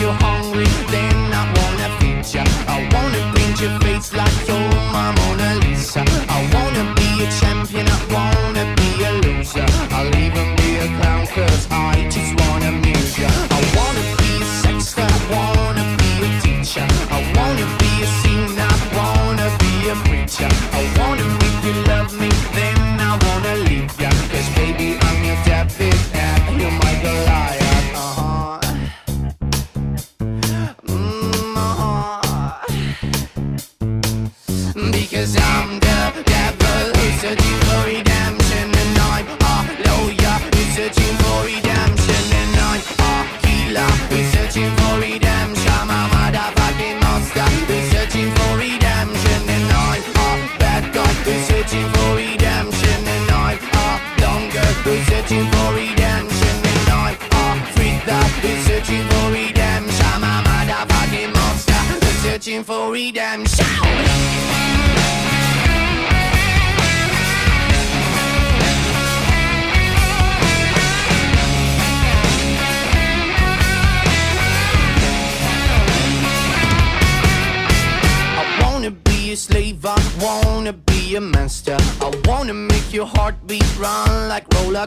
S6: you hungry, then I wanna feed ya. I wanna paint your face like you're my Mona Lisa. I wanna be a champion, I wanna be a loser. I'll even be a clown cause I just wanna amuse ya. I wanna be a sexter, I wanna be a teacher. I wanna be a singer, I wanna be a preacher. I wanna make you love me, then I wanna leave ya. Cause baby, I'm your David and you're my Goliath. Uh-huh. Mm, uh-huh. Because I'm the devil who's searching for redemption And I'm a lawyer who's searching for redemption And I'm a healer who's searching for redemption I'm a motherfucking monster who's searching for redemption And I'm a bad guy who's searching for redemption And I'm a longer who's searching for redemption And I'm a freak that who's searching for redemption I'm a motherfucking monster who's searching for redemption I wanna be a slave, I wanna be a monster. I wanna make your heartbeat run like roller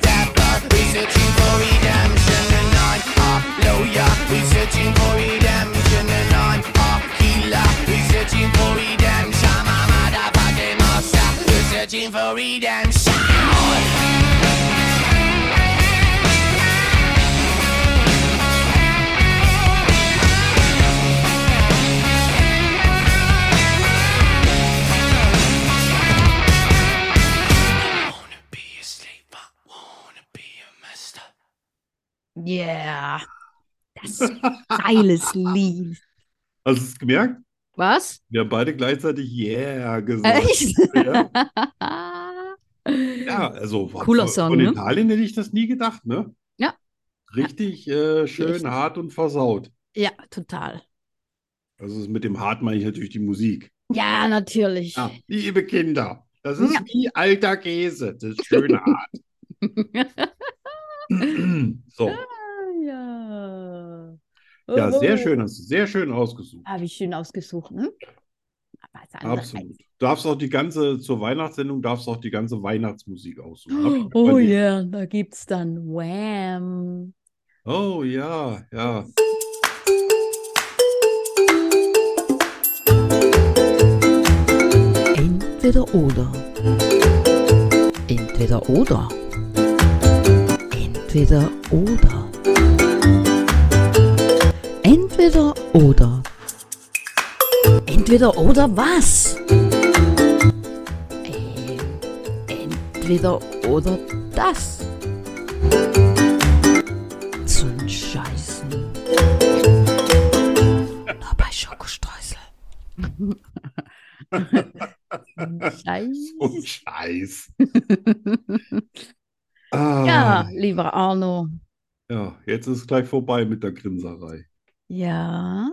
S6: devil, researching for redemption. And I'm a lawyer, researching for redemption. And I'm a healer, researching for redemption. I'm a motherfucking monster, researching for redemption. wanna be a slave, I wanna be a master.
S3: Yeah. Das ist ein geiles Lied.
S2: Hast du es gemerkt?
S1: Was?
S2: Wir haben beide gleichzeitig Yeah gesagt.
S3: Echt?
S2: Ja,
S3: Ja.
S2: ja also von-
S3: Hm. Cooler
S2: von,
S3: Song,
S2: von
S3: ne?
S2: Italien hätte ich das nie gedacht, ne?
S3: Ja.
S2: Richtig äh, schön
S3: Echt.
S2: hart und versaut.
S1: total.
S2: Also mit dem Hart meine ich natürlich die Musik.
S1: Ja, natürlich.
S2: Ja, liebe Kinder, Das ist wie alter Käse. Das ist schöne Art. so.
S3: Ah, ja.
S2: Ja,
S3: Oh,
S2: sehr schön. Hast du sehr schön ausgesucht.
S3: Habe ich schön ausgesucht, ne? Aber das andere
S2: Absolut. Du darfst auch die ganze, zur Weihnachtssendung darfst du auch die ganze Weihnachtsmusik aussuchen. ne? Hab ich mir
S3: Oh
S2: überlegt.
S3: ja, da gibt's dann Wham.
S2: Oh ja, ja.
S4: Entweder oder. Entweder oder. Entweder oder. Entweder oder. Entweder oder was? Ähm, entweder oder das. Zum Scheißen. Nur bei Schokostreusel.
S3: Scheiße.
S2: Und Oh, Scheiß.
S3: Ja,
S2: Ah,
S3: lieber Arno.
S2: ja, jetzt ist es gleich vorbei mit der Grinserei.
S3: Ja,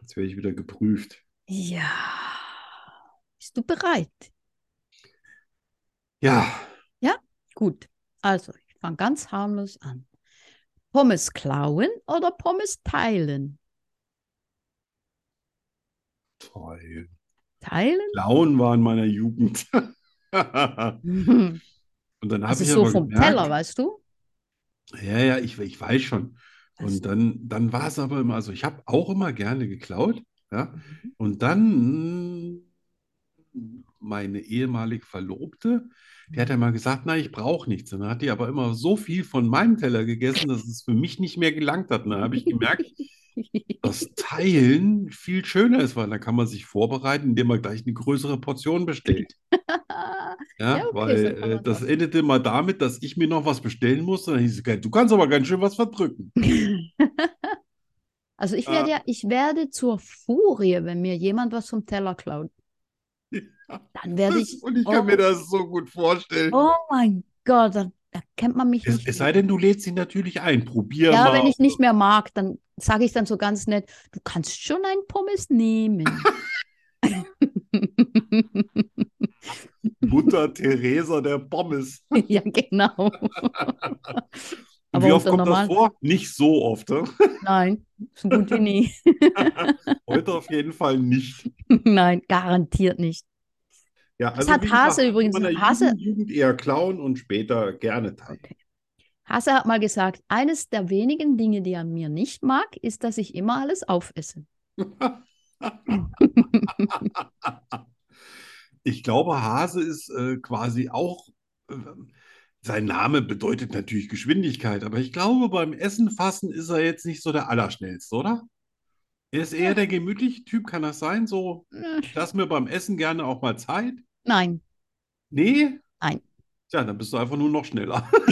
S2: Jetzt werde ich wieder geprüft.
S3: ja. Bist du bereit?
S2: Ja,
S3: Gut. Also, ich fange ganz harmlos an. Pommes klauen oder Pommes teilen?
S2: toll.
S3: Teilen?
S2: Klauen war in meiner Jugend. Und dann habe
S3: Also
S2: ich
S3: so
S2: aber
S3: vom
S2: gemerkt,
S3: Teller, weißt du?
S2: Ja, ja, ich, ich weiß schon.
S3: Also-
S2: Und dann, dann war es aber immer, also ich habe auch immer gerne geklaut, ja.
S3: Mhm.
S2: Und dann mh, meine ehemalige Verlobte, die
S3: Mhm.
S2: hat ja mal gesagt, nein, ich brauche nichts. Und dann hat die aber immer so viel von meinem Teller gegessen, dass es für mich nicht mehr gelangt hat. Und dann habe ich gemerkt, dass Teilen viel schöner ist, weil dann kann man sich vorbereiten, indem man gleich eine größere Portion bestellt.
S3: ah.
S2: Ja,
S3: Ja, okay,
S2: weil
S3: so kann
S2: äh,
S3: man
S2: das
S3: das.
S2: endete mal damit, dass ich mir noch was bestellen musste. Dann hieß es, "Geil, du kannst aber ganz schön was verdrücken.
S3: Also ich werde
S2: Ja.
S3: ja, ich werde zur Furie, wenn mir jemand was vom Teller klaut. Dann werde ich,
S2: Und ich kann
S3: oh,
S2: mir das so gut vorstellen.
S3: oh mein Gott, dann erkennt man mich
S2: es,
S3: nicht
S2: es
S3: mehr.
S2: sei denn, du lädst ihn natürlich ein. Probier
S3: Ja,
S2: mal.
S3: wenn ich nicht mehr mag, dann sage ich dann so ganz nett, du kannst schon ein Pommes nehmen.
S2: Mutter Teresa der Pommes.
S3: ja, genau.
S2: Und
S3: Aber
S2: wie oft
S3: unter
S2: kommt
S3: normalen-
S2: das vor? Nicht so oft. Ne?
S3: Nein, so gut wie nie.
S2: Heute auf jeden Fall nicht.
S3: Nein, garantiert nicht.
S2: Ja,
S3: Das
S2: also
S3: hat
S2: wie gesagt,
S3: Hase
S2: in
S3: übrigens-
S2: meiner
S3: Hase-
S2: Jugend- Jugend eher klauen und später gerne teilen.
S3: Hasse hat mal gesagt, eines der wenigen Dinge, die er mir nicht mag, ist, dass ich immer alles aufesse.
S2: Ich glaube, Hase ist äh, quasi auch, äh, sein Name bedeutet natürlich Geschwindigkeit, aber ich glaube, beim Essen fassen ist er jetzt nicht so der Allerschnellste, oder? Er ist eher der gemütliche Typ, kann das sein? So, ich lasse mir beim Essen gerne auch mal Zeit.
S3: Nein.
S2: Nee?
S3: Nein.
S2: Tja, dann bist du einfach nur noch schneller.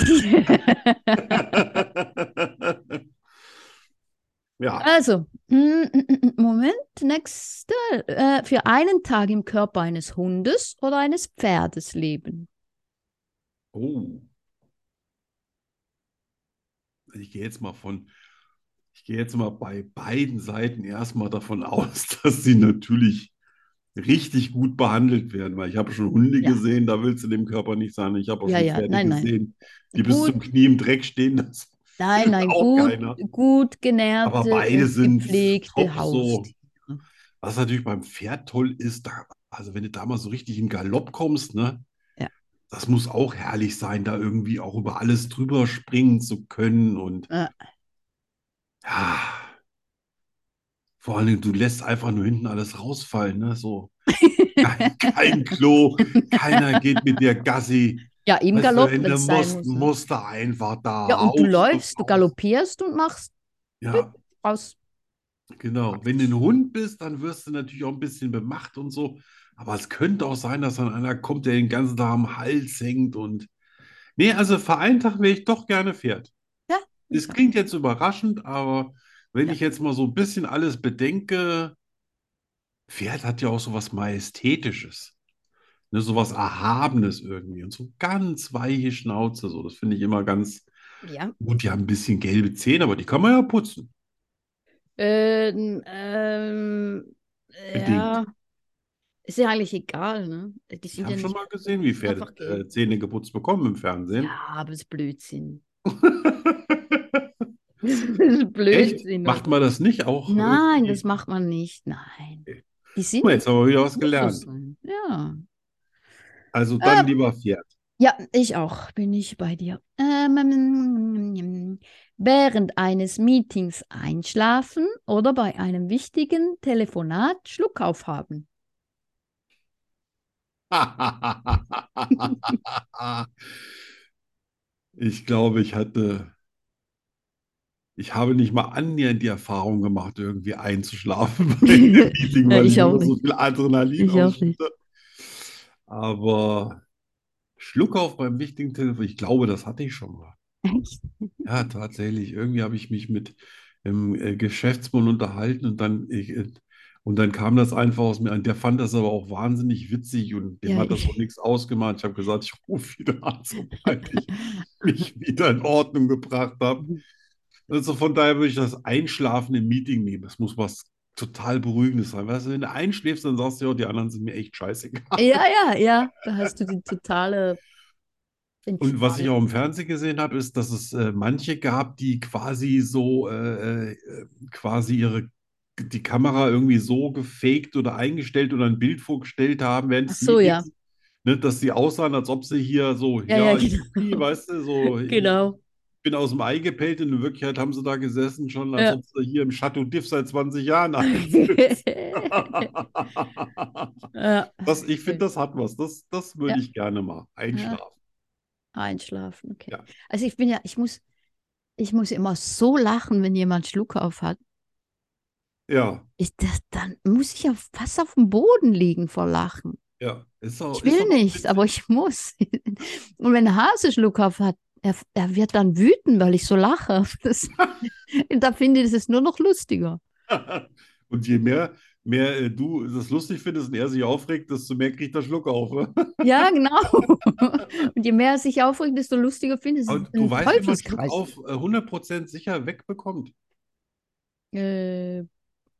S2: Ja,
S3: Also, mm, mm, mm, Moment, nächste. Äh, für einen Tag im Körper eines Hundes oder eines Pferdes leben.
S2: oh. Ich gehe jetzt mal von, ich gehe jetzt mal bei beiden Seiten erstmal davon aus, dass sie natürlich richtig gut behandelt werden, weil ich habe schon Hunde
S3: Ja.
S2: gesehen, da willst du dem Körper nicht sein. Ich habe auch
S3: Ja,
S2: schon
S3: ja,
S2: Pferde
S3: nein, nein.
S2: gesehen, die bis
S3: Gut.
S2: zum Knie im Dreck stehen. Das,
S3: Nein, nein,
S2: Auch
S3: gut,
S2: keiner.
S3: gut genährte
S2: Aber beide
S3: und
S2: sind
S3: gepflegte
S2: top so.
S3: Haustiere.
S2: was natürlich beim Pferd toll ist, da, also wenn du da mal so richtig in Galopp kommst, ne?
S3: Ja.
S2: Das muss auch herrlich sein, da irgendwie auch über alles drüber springen zu können und
S3: Ja.
S2: ja. Vor allem, du lässt einfach nur hinten alles rausfallen, ne? So. Kein, kein Klo, keiner geht mit dir Gassi.
S3: Ja, im
S2: Weißt du,
S3: Galopp,
S2: wenn
S3: wenn
S2: du
S3: es sein
S2: musst,
S3: muss. ne?
S2: musst du einfach da
S3: Ja, und du
S2: rauf,
S3: läufst, du
S2: raus.
S3: galoppierst und machst
S2: Ja,
S3: raus.
S2: Genau, wenn du ein Hund bist, dann wirst du natürlich auch ein bisschen bemacht und so. Aber es könnte auch sein, dass dann einer kommt, der den ganzen Tag am Hals hängt und. Nee, also für einen Tag wäre ich doch gerne Pferd.
S3: Ja,
S2: Es
S3: ja.
S2: klingt jetzt überraschend, aber wenn ich jetzt mal so ein bisschen alles bedenke, Pferd hat ja auch so was Majestätisches. Ne, so was Erhabenes irgendwie. Und so ganz weiche Schnauze. So, das finde ich immer ganz
S3: Ja.
S2: gut. Die haben ein bisschen gelbe Zähne, aber die kann man ja putzen.
S3: Ähm, ähm,
S2: Bedingt.
S3: ja.
S1: Ist ja eigentlich egal, ne? Die sind
S2: Ich
S1: ja
S2: habe schon
S1: nicht.
S2: mal gesehen, wie Pferde
S1: einfach gehen.
S2: äh, Zähne geputzt bekommen im Fernsehen.
S1: Ja, aber es ist Blödsinn. Das ist
S2: Echt?
S1: Blödsinn.
S2: Macht man das nicht auch? äh,
S3: Nein, das macht man nicht. Nein.
S2: Okay.
S3: Die sind
S2: Guck mal, Jetzt haben wir wieder was
S3: nicht so
S2: gelernt.
S3: sein. Ja.
S2: Also
S1: Ähm.
S2: dann lieber Pferd.
S3: Ja, ich auch. Bin ich bei dir. Ähm, ähm, ähm, ähm, während eines Meetings einschlafen oder bei einem wichtigen Telefonat Schluck aufhaben.
S2: Ich glaube, ich hatte, ich habe nicht mal annähernd die Erfahrung gemacht, irgendwie einzuschlafen bei einem Meeting,
S1: Ja,
S2: weil
S1: ich
S2: ich
S1: auch
S2: immer so viel Adrenalin
S1: Ich auch nicht.
S2: ausschütte. Aber Schluckauf beim wichtigen Telefon, ich glaube, das hatte ich schon mal.
S3: Echt?
S2: Ja, tatsächlich. Irgendwie habe ich mich mit einem äh, Geschäftsmann unterhalten und dann, ich, äh, und dann kam das einfach aus mir an. Der fand das aber auch wahnsinnig witzig und dem
S3: Ja,
S2: hat das
S3: ich-
S2: auch nichts ausgemacht. Ich habe gesagt, ich rufe wieder an, sobald ich mich wieder in Ordnung gebracht habe. Also von daher würde ich das Einschlafen im Meeting nehmen. Das muss was total Beruhigendes sein. Weißt du, wenn du einschläfst, dann sagst du ja, oh, die anderen sind mir echt scheißegal.
S1: Ja, ja, ja. Da hast du die totale.
S2: Und was ich auch im Fernsehen gesehen habe, ist, dass es äh, manche gab, die quasi so, äh, äh, quasi ihre, die Kamera irgendwie so gefaked oder eingestellt oder ein Bild vorgestellt haben, während
S1: Ach
S2: des
S1: so, ja.
S2: Meetings, ne, dass sie aussahen, als ob sie hier so,
S1: Ja, ja,
S2: ja, ich,
S1: genau.
S2: weißt du, so, ich
S1: Genau.
S2: bin aus dem Ei gepellt und in Wirklichkeit haben sie da gesessen, schon als
S1: Ja.
S2: ob sie hier im Chateau Diff seit 20 Jahren
S3: Genau.
S2: arbeiten.
S1: Ja.
S2: Das, ich finde, das hat was. Das, das würde ich gerne mal einschlafen.
S3: Einschlafen, okay.
S2: Ja.
S3: Also ich bin ja, ich muss, ich muss immer so lachen, wenn jemand Schluck auf hat.
S2: Ja.
S3: Ich, das, dann muss ich ja fast auf dem Boden liegen vor Lachen.
S2: Ja, ist auch, ist
S3: Ich will
S2: aber auch
S3: nicht,
S2: witzig.
S3: aber ich muss. Und wenn der Hase Schluck auf hat, er, er wird dann wütend, weil ich so lache. Das, da finde ich, das ist nur noch lustiger.
S2: Und je mehr, mehr äh, du das lustig findest und er sich aufregt, desto mehr kriegt der Schluck auf. ne?
S3: Ja, genau. Und je mehr er sich aufregt, desto lustiger findest
S2: Aber
S3: du
S2: du weißt, wie man Schluck
S3: Teufelskreis.
S2: auf äh, 100% sicher wegbekommt.
S3: Äh,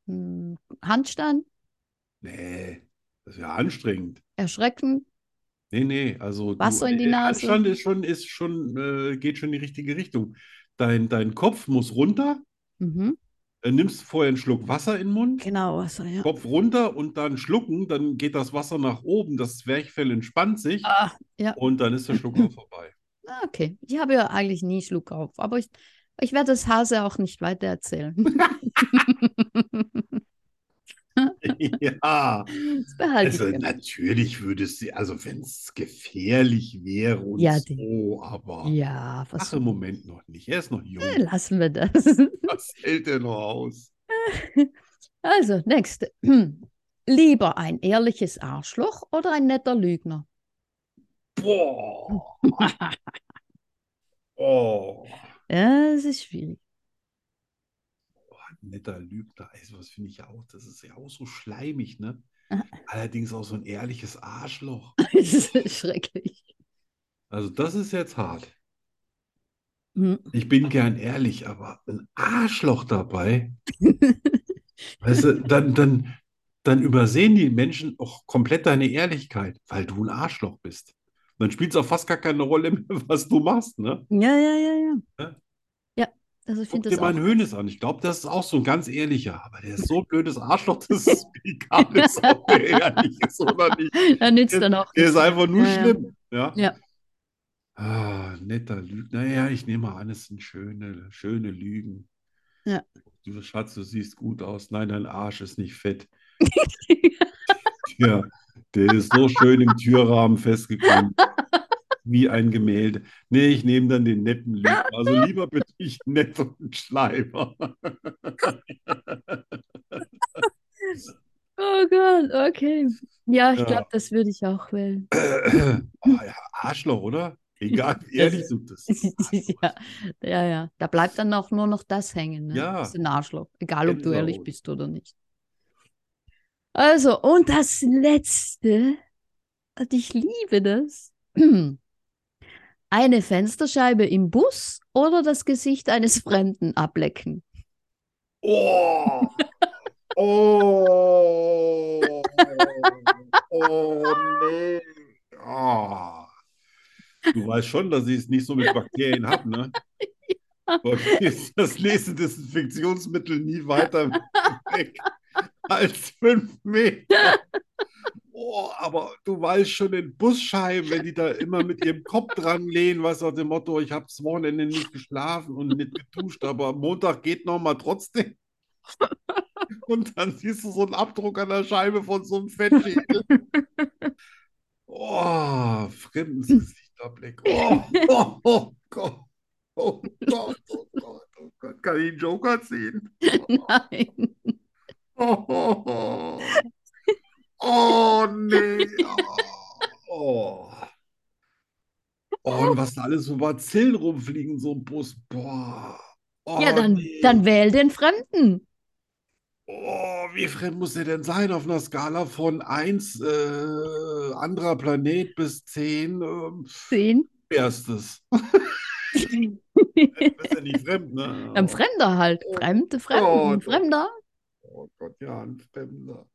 S3: hm, Handstand,
S2: Nee, das wäre anstrengend.
S3: erschreckend.
S2: Nee, nee, also du,
S3: Wasser in die
S2: äh,
S3: Nase.
S2: Anstand ist schon, ist schon, äh, geht schon in die richtige Richtung. Dein, dein Kopf muss runter,
S3: Mhm.
S2: äh, nimmst vorher einen Schluck Wasser in den Mund,
S3: Genau, Wasser, ja.
S2: Kopf runter und dann schlucken, dann geht das Wasser nach oben, das Zwerchfell entspannt sich
S3: Ah, ja.
S2: und dann ist der Schluck auch vorbei.
S3: Ah, Okay, ich habe ja eigentlich nie Schluck auf, aber ich, ich werde das Hase auch nicht weiter erzählen.
S2: Ja.
S3: Das behalte ich
S2: Also
S3: mir.
S2: natürlich würde es, also wenn es gefährlich wäre und
S3: Ja, die-
S2: so, aber
S3: Ja, was
S2: ach, im Moment noch nicht. Er ist noch jung.
S3: Äh, lassen wir das.
S2: Was hält er noch aus?
S3: Also, nächste. Hm. Lieber ein ehrliches Arschloch oder ein netter Lügner?
S2: Boah. Oh,
S3: Ja, das ist schwierig.
S2: ein netter Lügner. Also was finde ich ja auch, das ist ja auch so schleimig, ne?
S3: Ah.
S2: Allerdings auch so ein ehrliches Arschloch.
S3: Das ist schrecklich.
S2: Also das ist jetzt hart.
S3: Hm.
S2: Ich bin gern ehrlich, aber ein Arschloch dabei. Weißt du, dann, dann, dann übersehen die Menschen auch komplett deine Ehrlichkeit, weil du ein Arschloch bist. Dann spielt es auch fast gar keine Rolle mehr, was du machst, ne?
S3: Ja, ja, ja, ja.
S2: Ja.
S3: Ja, also ich
S2: Guck
S3: finde
S2: dir
S3: das
S2: mal
S3: auch.
S2: einen Hönes an. Ich glaube, das ist auch so ein ganz ehrlicher, aber der ist so ein blödes Arschloch, das ist mir egal, ist, ob der ehrlich ist oder nicht.
S3: Da nützt dann auch
S2: Der ist einfach nur
S3: Ja, ja.
S2: schlimm, ja?
S3: Ja.
S2: Ah, netter Lügner. Naja, ich nehme mal an, es sind schöne, schöne Lügen.
S3: Ja.
S2: Du Schatz, du siehst gut aus. Nein, dein Arsch ist nicht fett.
S3: nichts.
S2: Ja, der ist so schön im Türrahmen festgekommen. Wie ein Gemälde. Nee, ich nehme dann den netten Lügner. Also lieber bin ich nett und Schleimer.
S3: Oh Gott, okay. Ja, ich
S2: Ja.
S3: glaube, das würde ich auch wählen.
S2: Oh, ja, Arschloch, oder? Egal, wie ehrlich du bist.
S3: ja, ja, ja. Da bleibt dann auch nur noch das hängen. Ne?
S2: Ja. Genau.
S3: Das ist ein Arschloch. Egal, ob du
S2: Gänsehaut.
S3: ehrlich bist oder nicht. Also, und das Letzte. Und ich liebe das. Eine Fensterscheibe im Bus oder das Gesicht eines Fremden ablecken.
S2: Oh! Oh! Oh, nee. Ah. Du weißt schon, dass ich es nicht so mit Bakterien habe, ne? Bei mir ist das nächste Desinfektionsmittel nie weiter weg als fünf Meter. Oh, aber du weißt schon, in Busscheiben, wenn die da immer mit ihrem Kopf dran lehnen, was aus dem Motto, ich hab's Wochenende nicht geschlafen und nicht geduscht, aber am Montag geht nochmal trotzdem. Und dann siehst du so einen Abdruck an der Scheibe von so einem Fettschädel. Oh, fremdes
S3: Hm.
S2: Gesichterblick. Oh, oh, oh Gott. Oh Gott, oh Gott, oh Gott. Kann ich einen Joker ziehen?
S1: Nein.
S2: Oh, oh, oh. oh nee. Oh, oh. oh, und was da alles so Bazillen rumfliegen, so ein Bus. Boah. Oh,
S3: Ja, dann,
S2: nee.
S3: dann wähl den Fremden.
S2: Oh, wie fremd muss der denn sein auf einer Skala von 1 äh, anderer Planet bis 10 ähm,
S3: Zehn.
S2: erstes? Das ist ja nicht fremd, ne?
S3: Ein Fremder halt. Fremde,
S2: Oh. Oh,
S3: Fremden,
S2: doch.
S3: Fremder.
S2: Oh Gott, ja, ein Fremder.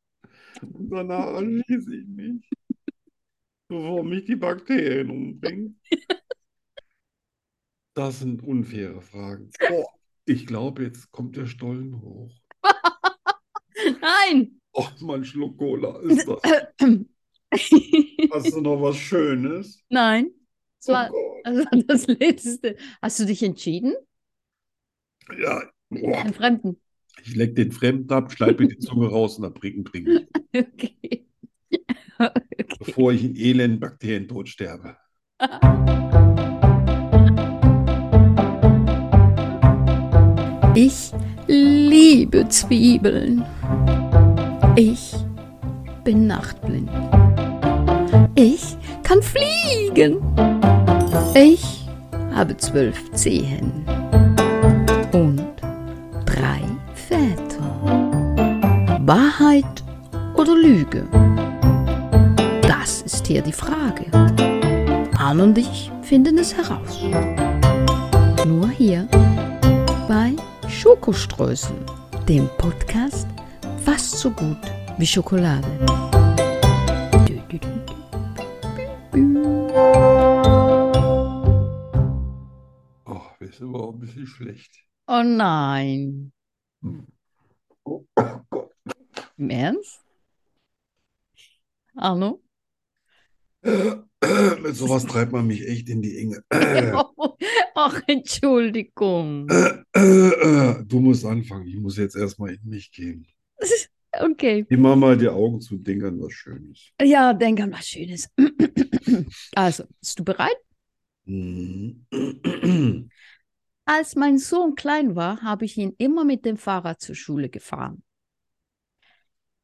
S2: Und danach erschieße ich mich, bevor mich die Bakterien umbringen. Das sind unfaire Fragen. Oh, ich glaube, jetzt kommt der Stollen hoch.
S3: Nein.
S2: Oh, mein Schluck Cola ist das. Hast du noch was Schönes?
S3: Nein. Das
S2: Oh
S3: war,
S2: Gott.
S3: das war Also das Letzte. Hast du dich entschieden?
S2: Ja, boah,
S3: Den Fremden.
S2: ich leck den Fremden ab, schneide mir die Zunge raus und dann trinken, trinke ich,
S3: Okay.
S2: bevor ich in elenden Bakterientod sterbe.
S4: Ich liebe Zwiebeln. Ich bin nachtblind. Ich kann fliegen. Ich habe zwölf Zehen und drei Väter. Wahrheit oder Lüge? Das ist hier die Frage. Anne und ich finden es heraus. Nur hier bei Schokoströßen, dem Podcast fast so gut wie Schokolade. Dü, dü, dü.
S2: Oh, mir ist aber auch ein bisschen schlecht.
S3: Oh nein.
S2: Oh, oh Gott.
S3: Im Ernst? Arno?
S2: Mit sowas treibt man mich echt in die Enge.
S3: Oh, ach, Entschuldigung.
S2: Du musst anfangen. Ich muss jetzt erstmal in mich gehen.
S3: Okay.
S2: Immer mal die Augen zu denk an was Schönes.
S3: Ja, denk an was Schönes. Also, bist du bereit?
S2: Mhm.
S3: Als mein Sohn klein war, habe ich ihn immer mit dem Fahrrad zur Schule gefahren.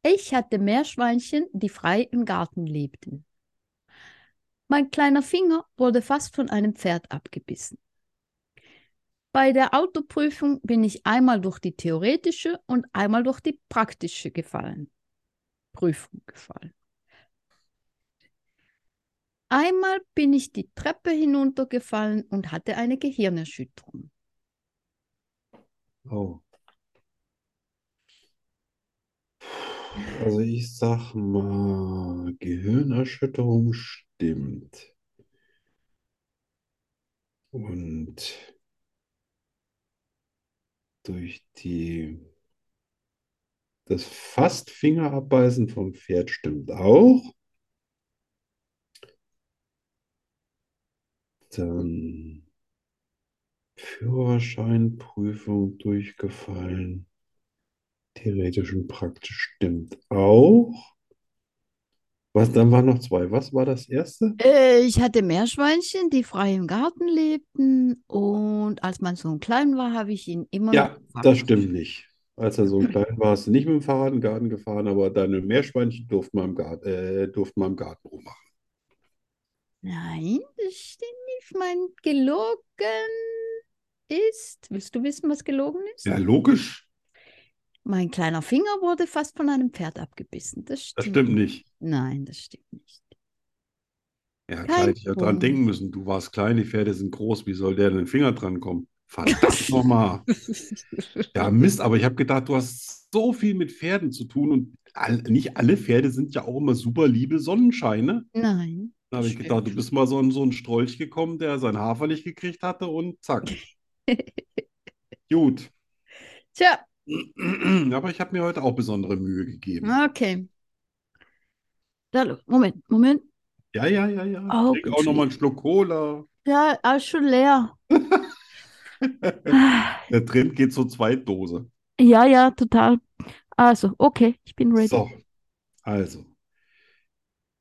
S3: Ich hatte Meerschweinchen, die frei im Garten lebten. Mein kleiner Finger wurde fast von einem Pferd abgebissen. Bei der Autoprüfung bin ich einmal durch die theoretische und einmal durch die praktische gefallen. Prüfung gefallen. Einmal bin ich die Treppe hinuntergefallen und hatte eine Gehirnerschütterung.
S2: Oh. Also ich sag mal, Gehirnerschütterung stimmt. Und durch die das fast Fingerabbeißen vom Pferd stimmt auch. Dann Führerscheinprüfung durchgefallen. Theoretisch und praktisch stimmt auch. Was, dann waren noch zwei. Was war das erste?
S3: Äh, Ich hatte Meerschweinchen, die frei im Garten lebten. Und als mein Sohn klein war, habe ich ihn immer.
S2: Ja,
S3: mit dem Fahrrad-
S2: das stimmt nicht. Als er so klein war, ist er nicht mit dem Fahrrad im Garten gefahren, aber deine Meerschweinchen durften mal im Garten, äh, durften mal im Garten rummachen.
S3: Nein, das stimmt nicht. Mein gelogen ist. Willst du wissen, was gelogen ist?
S2: Ja, logisch.
S3: Mein kleiner Finger wurde fast von einem Pferd abgebissen. Das
S2: Das
S3: stimmt.
S2: stimmt nicht.
S3: Nein, das stimmt nicht.
S2: Ja,
S3: Kein
S2: klar, hätte ich ja dran
S3: Punkt.
S2: denken müssen. Du warst klein, die Pferde sind groß. Wie soll der denn den Finger dran kommen? Verdammt nochmal. Ja, Mist, aber ich habe gedacht, du hast so viel mit Pferden zu tun und all, nicht alle Pferde sind ja auch immer super liebe Sonnenscheine.
S3: Nein.
S2: Da habe ich
S3: Stimmt.
S2: gedacht, du bist mal so ein, so ein Strolch gekommen, der sein Haferlich gekriegt hatte und zack. Gut.
S3: Tja,
S2: Aber ich habe mir heute auch besondere Mühe gegeben.
S3: okay. Da, lo- Moment, Moment.
S2: Ja, ja, ja, ja.
S3: Oh,
S2: Trink auch nochmal einen Schluck Cola.
S3: Ja, alles schon leer.
S2: Der Trend geht zur Zweitdose.
S3: Ja, ja, total. Also, okay, ich bin ready.
S2: So, also.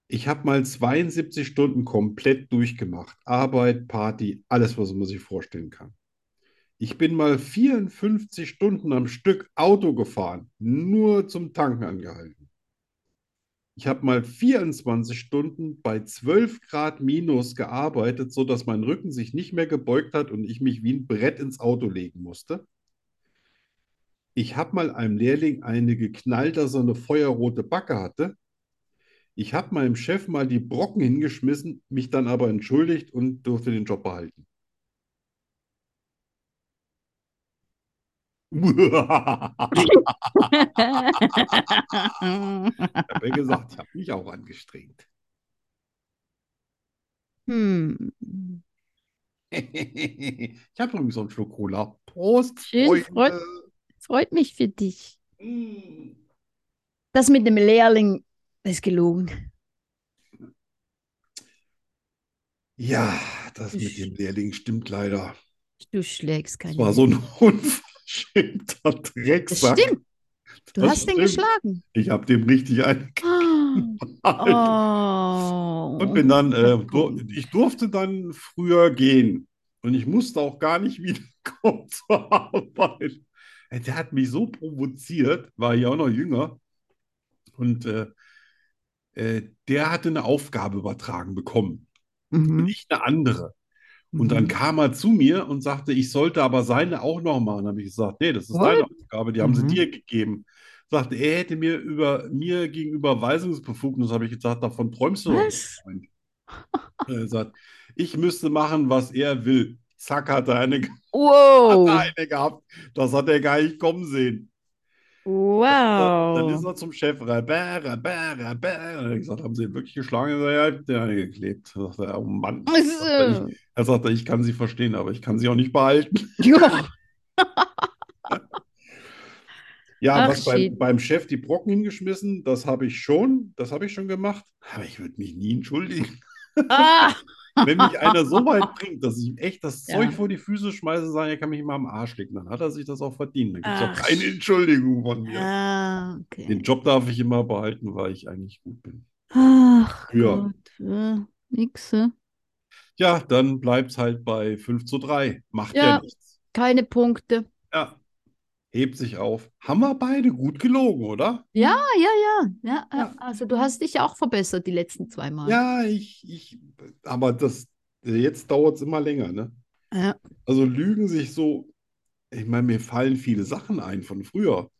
S2: Ich habe mal 72 Stunden komplett durchgemacht. Arbeit, Party, alles, was man sich vorstellen kann. Ich bin mal 54 Stunden am Stück Auto gefahren, nur zum Tanken angehalten. Ich habe mal 24 Stunden bei 12 Grad minus gearbeitet, sodass mein Rücken sich nicht mehr gebeugt hat und ich mich wie ein Brett ins Auto legen musste. Ich habe mal einem Lehrling eine geknallt, dass er eine feuerrote Backe hatte. Ich habe meinem Chef mal die Brocken hingeschmissen, mich dann aber entschuldigt und durfte den Job behalten. Ich habe ja gesagt, ich habe mich auch angestrengt.
S3: Hm.
S2: Ich habe übrigens so einen Schluck Cola. Prost,
S3: Schön, freut,
S2: Freunde.
S3: freut mich für dich.
S2: Mm.
S3: Das mit dem Lehrling ist gelogen.
S2: Ja, das mit dem Lehrling stimmt leider.
S3: Du schlägst
S2: Das
S3: keinen.
S2: war so ein unverschämter
S3: Das
S2: Drecksack.
S3: stimmt. Du
S2: Das
S3: hast den
S2: stimmt.
S3: geschlagen.
S2: Ich habe dem richtig einen gehalten
S3: Oh.
S2: und bin dann, äh, dur ich durfte dann früher gehen und ich musste auch gar nicht wiederkommen zur Arbeit. Ey, Der hat mich so provoziert, war ja auch noch jünger und äh, äh, der hatte eine Aufgabe übertragen bekommen,
S3: Mhm.
S2: nicht eine andere. Und dann kam er zu mir und sagte, ich sollte aber seine auch noch machen. Da habe ich gesagt, nee, das ist deine Aufgabe, die haben sie
S3: Mhm.
S2: dir gegeben. Sagte, er hätte mir über mir gegenüber Weisungsbefugnis, habe ich gesagt, davon träumst du doch nicht,
S3: Was?
S2: Freund. Er sagt, ich müsste machen, was er will. Zack, hat er eine, hat
S3: Wow.
S2: er eine gehabt. Das hat er gar nicht kommen sehen. Dann ist
S3: Wow.
S2: er zum Chef, Rabär, Rabär, Rabär. Und er hat gesagt, haben sie ihn wirklich geschlagen? Er sagt, ja, ich hab dir eine geklebt. Da sagt er, oh Mann. Sagt
S3: äh.
S2: er, ich, er sagte, ich kann sie verstehen, aber ich kann sie auch nicht behalten.
S3: Joch.
S2: Ja,
S3: Ach,
S2: was beim,
S3: shit.
S2: beim Chef die Brocken hingeschmissen, das habe ich schon, das habe ich schon gemacht. Aber ich würde mich nie entschuldigen.
S3: Ah.
S2: Wenn mich einer so weit bringt, dass ich ihm echt das
S3: Ja.
S2: Zeug vor die Füße schmeiße, sagen, er kann mich mal am Arsch lecken, dann hat er sich das auch verdient. Da gibt es auch
S3: Ach,
S2: keine
S3: shit.
S2: Entschuldigung von mir.
S3: Ah, okay.
S2: Den Job darf ich immer behalten, weil ich eigentlich gut bin.
S3: Ach
S2: Ja.
S3: Gott, äh, nix. hä?
S2: Ja, dann bleibt es halt bei 5 zu 3. Macht ja
S3: Ja.
S2: nichts.
S3: Keine Punkte.
S2: Ja. Hebt sich auf. Haben wir beide gut gelogen, oder?
S3: Ja, Ah, ja, ja, ja. äh,
S2: Ja.
S3: Also du hast dich ja auch verbessert die letzten zwei Mal.
S2: Ja, ich, ich, aber das, jetzt dauert es immer länger, ne?
S3: Ja.
S2: Also lügen sich so, ich meine, mir fallen viele Sachen ein von früher.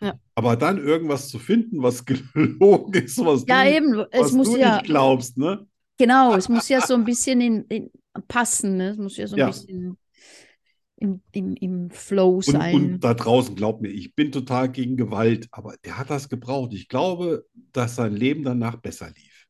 S3: Ja.
S2: Aber dann irgendwas zu finden, was gelogen ist, was
S3: Ja,
S2: du,
S3: eben. Es
S2: was
S3: muss
S2: du
S3: ja,
S2: nicht glaubst, ne?
S3: genau, es muss ja so ein bisschen in, in passen, ne? Es muss ja so ein
S2: Ja.
S3: bisschen im, im, im Flow
S2: Und,
S3: sein.
S2: und da draußen, glaub mir, ich bin total gegen Gewalt, aber der hat das gebraucht. Ich glaube, dass sein Leben danach besser lief,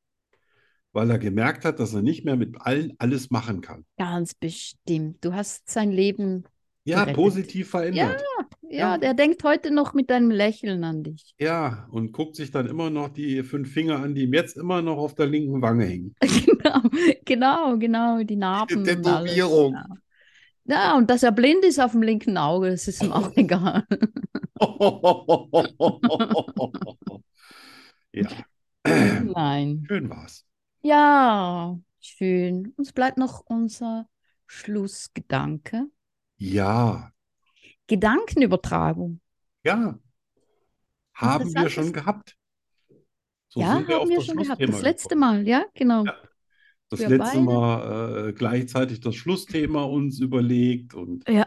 S2: weil er gemerkt hat, dass er nicht mehr mit allen alles machen kann.
S3: Ganz bestimmt. Du hast sein Leben.
S2: Ja,
S3: Gerettet.
S2: positiv verändert.
S3: Ja,
S2: Ja.
S3: der denkt heute noch mit einem Lächeln an dich.
S2: Ja, und guckt sich dann immer noch die fünf Finger an, die ihm jetzt immer noch auf der linken Wange hängen.
S3: Genau, genau, genau, die Narben und alles.
S2: Tätowierung.
S3: Ja. Ja, und dass er blind ist auf dem linken Auge, das ist ihm auch egal.
S2: Ja,
S3: Nein.
S2: schön war's.
S3: Ja, schön. Uns bleibt noch unser Schlussgedanke.
S2: Ja,
S3: Gedankenübertragung.
S2: ja. Haben wir
S3: Interessantes-
S2: schon gehabt. So
S3: Ja,
S2: sind wir auf
S3: haben wir
S2: das
S3: schon gehabt.
S2: Schlussthema
S3: Das letzte
S2: gekommen.
S3: Mal, ja, genau.
S2: Ja. Das
S3: für
S2: letzte
S3: beide.
S2: Mal äh, gleichzeitig das Schlussthema uns überlegt und
S3: Ja.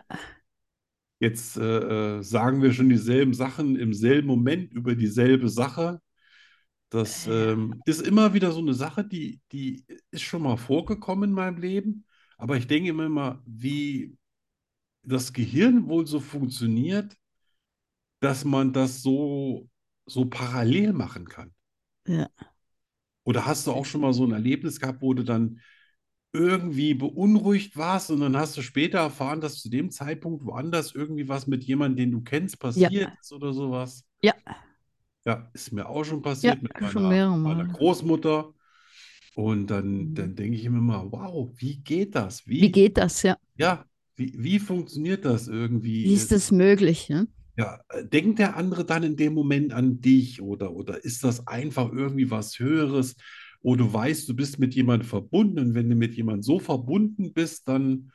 S2: jetzt äh, äh, sagen wir schon dieselben Sachen im selben Moment über dieselbe Sache. Das ähm, ist immer wieder so eine Sache, die, die ist schon mal vorgekommen in meinem Leben. Aber ich denke immer mal, wie das Gehirn wohl so funktioniert, dass man das so so parallel machen kann.
S3: Ja.
S2: Oder hast du auch schon mal so ein Erlebnis gehabt, wo du dann irgendwie beunruhigt warst und dann hast du später erfahren, dass zu dem Zeitpunkt woanders irgendwie was mit jemandem, den du kennst, passiert ist oder sowas?
S3: Ja.
S2: Ja, ist mir auch schon passiert mit meiner,
S3: schon mehrere Mal.
S2: meiner Großmutter. Und dann, dann denke ich mir immer, wow, wie geht das?
S3: Wie geht das, ja?
S2: Ja, wie, wie funktioniert das irgendwie?
S3: Wie ist das möglich? Ne?
S2: Ja, äh, denkt der andere dann in dem Moment an dich oder, oder ist das einfach irgendwie was Höheres, wo du weißt, du bist mit jemandem verbunden und wenn du mit jemandem so verbunden bist, dann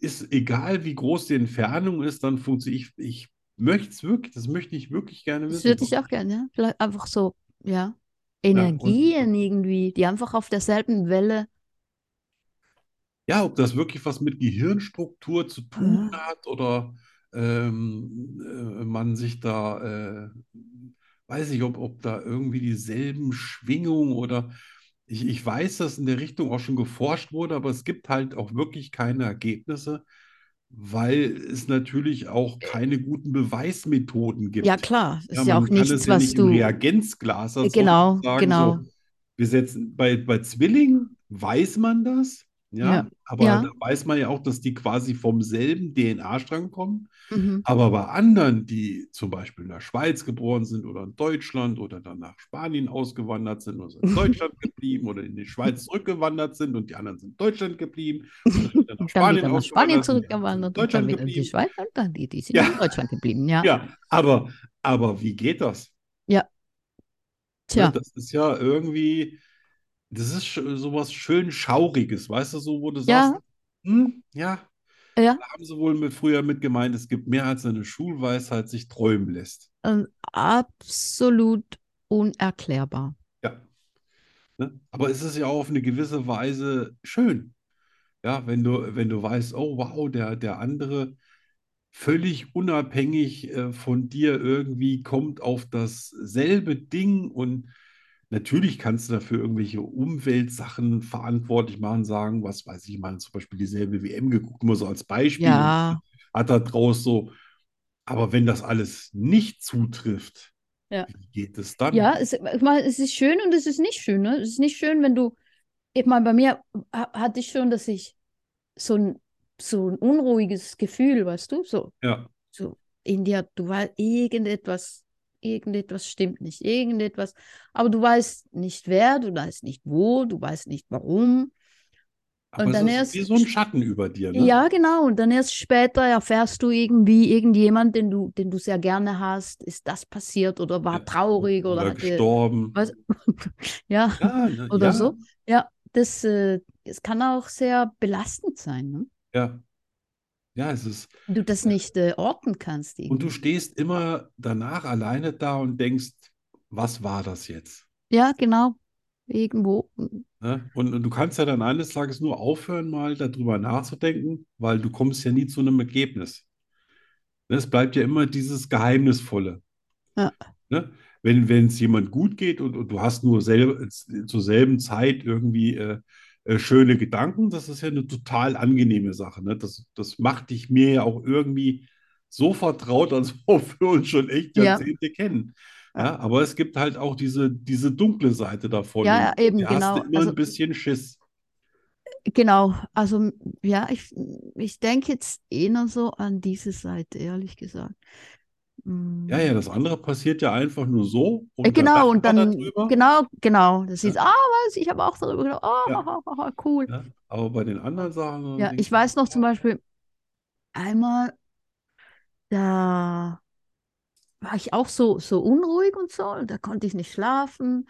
S2: ist egal, wie groß die Entfernung ist, dann funktioniert, ich, ich möchte es wirklich, das möchte ich wirklich gerne
S3: Das
S2: wissen.
S3: würde ich auch gerne, ja. Vielleicht einfach so, ja.
S2: und-
S3: Energien irgendwie, die einfach auf derselben Welle.
S2: Ja, ob das wirklich was mit Gehirnstruktur zu tun hat oder ähm, äh, man sich da, äh, weiß ich, ob, ob da irgendwie dieselben Schwingungen oder ich, ich weiß, dass in der Richtung auch schon geforscht wurde, aber es gibt halt auch wirklich keine Ergebnisse, weil es natürlich auch keine guten Beweismethoden gibt.
S3: Ja, klar, ist
S2: Ja,
S3: ja,
S2: man
S3: auch
S2: kann
S3: nichts,
S2: es ja
S3: was
S2: nicht im
S3: du.
S2: Reagenzglas als
S3: Genau,
S2: solches sagen,
S3: genau.
S2: So, wir setzen bei, bei Zwillingen weiß man das, ja,
S3: Ja,
S2: aber
S3: ja.
S2: da weiß man ja auch, dass die quasi vom selben DNA-Strang kommen.
S3: Mhm.
S2: Aber bei anderen, die zum Beispiel in der Schweiz geboren sind oder in Deutschland oder dann nach Spanien ausgewandert sind oder sind in Deutschland geblieben oder in die Schweiz zurückgewandert sind und die anderen sind in Deutschland geblieben oder wieder nach
S3: Dann
S2: Spanien
S3: wieder
S2: ausgewandert
S3: nach Spanien
S2: sind, die anderen
S3: zurückgewandert
S2: sind in
S3: und dann
S2: Deutschland
S3: wieder in die
S2: geblieben.
S3: Schweiz und dann die, die sind
S2: Ja.
S3: in Deutschland geblieben, ja.
S2: Ja, aber, aber wie geht das? Ne,
S3: Tja,
S2: Das ist ja irgendwie, das ist sch- sowas schön Schauriges, weißt du, so wo du
S3: Ja.
S2: sagst, hm, ja,
S3: Ja.
S2: da haben sie wohl mit, früher mit gemeint, es gibt mehr als eine Schulweisheit sich träumen lässt.
S3: ähm, absolut unerklärbar.
S2: Ja. Ne? Aber es ist ja auch auf eine gewisse Weise schön. Ja, wenn du, wenn du weißt, oh wow, der, der andere völlig unabhängig äh, von dir irgendwie kommt auf dasselbe Ding und natürlich kannst du dafür irgendwelche Umweltsachen verantwortlich machen, sagen, was weiß ich, mal zum Beispiel dieselbe WM geguckt, nur so als Beispiel,
S3: Ja.
S2: hat da draus so, aber wenn das alles nicht zutrifft,
S3: Ja.
S2: wie geht es dann?
S3: Ja, es, ich meine, es ist schön und es ist nicht schön. Ne? Es ist nicht schön, wenn du, ich meine, bei mir ha- hatte ich schon, dass ich so ein, so ein unruhiges Gefühl, weißt du, so,
S2: Ja,
S3: so in dir, du weißt, irgendetwas, irgendetwas stimmt nicht, irgendetwas, aber du weißt nicht wer, du weißt nicht wo, du weißt nicht warum.
S2: aber
S3: Und
S2: es
S3: dann
S2: ist
S3: erst-
S2: wie so ein Schatten über dir, ne?
S3: Ja, genau. Und dann erst später erfährst du irgendwie, irgendjemand, den du, den du sehr gerne hast, ist das passiert oder war
S2: Ja.
S3: traurig oder
S2: Oder
S3: hat dir-
S2: gestorben.
S3: was? Ja.
S2: Ja, ne,
S3: oder
S2: ja,
S3: so. Ja, das, äh, es kann auch sehr belastend sein, ne?
S2: Ja. Ja, es ist.
S3: Wenn du das nicht äh, orten kannst.
S2: Und
S3: Irgendwie.
S2: du stehst immer danach alleine da und denkst, was war das jetzt?
S3: Ja, genau. Irgendwo.
S2: Ne? Und, und du kannst ja dann eines Tages nur aufhören, mal darüber nachzudenken, weil du kommst ja nie zu einem Ergebnis. Ne? Es bleibt ja immer dieses Geheimnisvolle.
S3: Ja.
S2: Ne? Wenn, wenn es jemand gut geht und, und du hast nur selber, zur selben Zeit irgendwie äh, äh, schöne Gedanken, das ist ja eine total angenehme Sache. Ne? Das, das macht dich mir ja auch irgendwie so vertraut, als ob wir uns schon echt
S3: Ja.
S2: Jahrzehnte kennen. Ja, aber es gibt halt auch diese, diese dunkle Seite davon.
S3: Ja, ja, eben,
S2: Da hast du
S3: genau.
S2: immer
S3: Also-
S2: ein bisschen Schiss.
S3: Genau. Also, m- ja, ich, ich denke jetzt eher so an diese Seite, ehrlich gesagt. Mm.
S2: Ja, ja, das andere passiert ja einfach nur so.
S3: Äh,
S2: Und
S3: genau,
S2: lacht
S3: und
S2: man
S3: dann,
S2: darüber.
S3: genau, genau. Das
S2: Ja.
S3: ist, ah, was, ich habe auch darüber gedacht, oh,
S2: Ja.
S3: cool.
S2: Ja, aber bei den anderen Sachen. dann
S3: Ja,
S2: denkst
S3: ich
S2: du,
S3: weiß noch zum Beispiel, einmal, da war ich auch so, so unruhig und so, und da konnte ich nicht schlafen.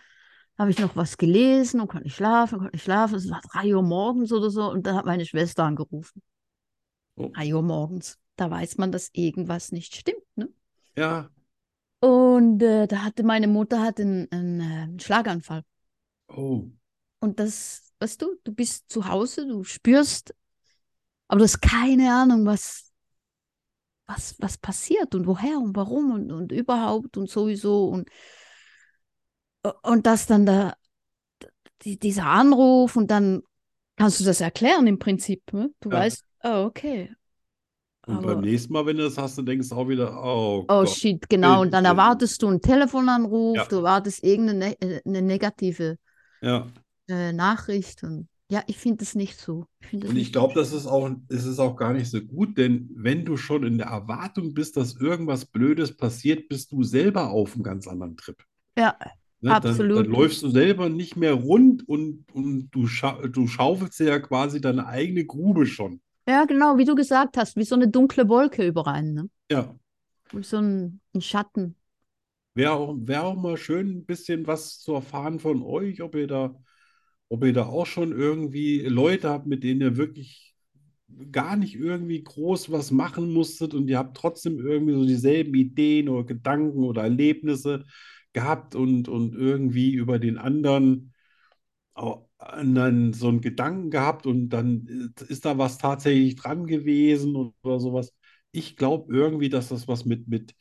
S3: Habe ich noch was gelesen und konnte nicht schlafen, konnte nicht schlafen. Es war drei Uhr morgens oder so, und dann hat meine Schwester angerufen.
S2: Oh.
S3: Drei Uhr morgens. Da weiß man, dass irgendwas nicht stimmt, ne?
S2: Ja,
S3: Und äh, da hatte meine Mutter hatte einen, einen, äh, einen Schlaganfall.
S2: oh,
S3: Und das, weißt du, du bist zu Hause, du spürst, aber du hast keine Ahnung, was, was, was passiert und woher und warum und, und überhaupt und sowieso und, und das dann da, die, dieser Anruf und dann kannst du das erklären im Prinzip. Ne? Du
S2: Ja.
S3: weißt, oh, okay,
S2: Und
S3: Aber-
S2: beim nächsten Mal, wenn du das hast, dann denkst du auch wieder, oh,
S3: Oh
S2: Gott.
S3: shit, genau. Und dann
S2: Hilfe.
S3: erwartest du einen Telefonanruf,
S2: Ja.
S3: du erwartest irgendeine ne äh, eine negative
S2: Ja.
S3: äh, Nachricht. Und ja, ich finde es nicht so. Ich finde es
S2: Und ich
S3: nicht
S2: glaube, das ist auch, ist es auch gar nicht so gut, denn wenn du schon in der Erwartung bist, dass irgendwas Blödes passiert, bist du selber auf einem ganz anderen Trip.
S3: Ja,
S2: Ne,
S3: absolut.
S2: Dann, dann läufst du selber nicht mehr rund und, und du, scha du schaufelst dir ja quasi deine eigene Grube schon.
S3: Ja, genau, wie du gesagt hast, wie so eine dunkle Wolke über einen, ne?
S2: Ja,
S3: Wie so ein, ein Schatten.
S2: wäre auch, wär auch mal schön, ein bisschen was zu erfahren von euch, ob ihr da, ob ihr da auch schon irgendwie Leute habt, mit denen ihr wirklich gar nicht irgendwie groß was machen musstet und ihr habt trotzdem irgendwie so dieselben Ideen oder Gedanken oder Erlebnisse gehabt und, und irgendwie über den anderen, au- anderen so einen Gedanken gehabt und dann ist da was tatsächlich dran gewesen oder sowas. Ich glaube irgendwie, dass das was mit, mit,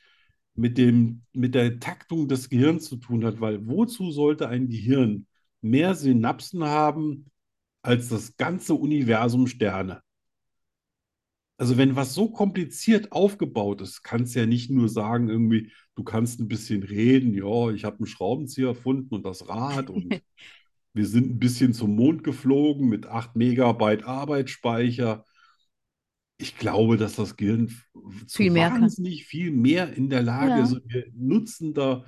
S2: mit dem, mit der Taktung des Gehirns zu tun hat, weil wozu sollte ein Gehirn mehr Synapsen haben als das ganze Universum Sterne? Also wenn was so kompliziert aufgebaut ist, kannst du ja nicht nur sagen, irgendwie, du kannst ein bisschen reden, ja, ich habe einen Schraubenzieher erfunden und das Rad und wir sind ein bisschen zum Mond geflogen mit 8 Megabyte Arbeitsspeicher. Ich glaube, dass das Gehirn f- zu
S3: Viel mehr kann.
S2: wahnsinnig viel mehr in der Lage
S3: Ja.
S2: ist. Und wir nutzen da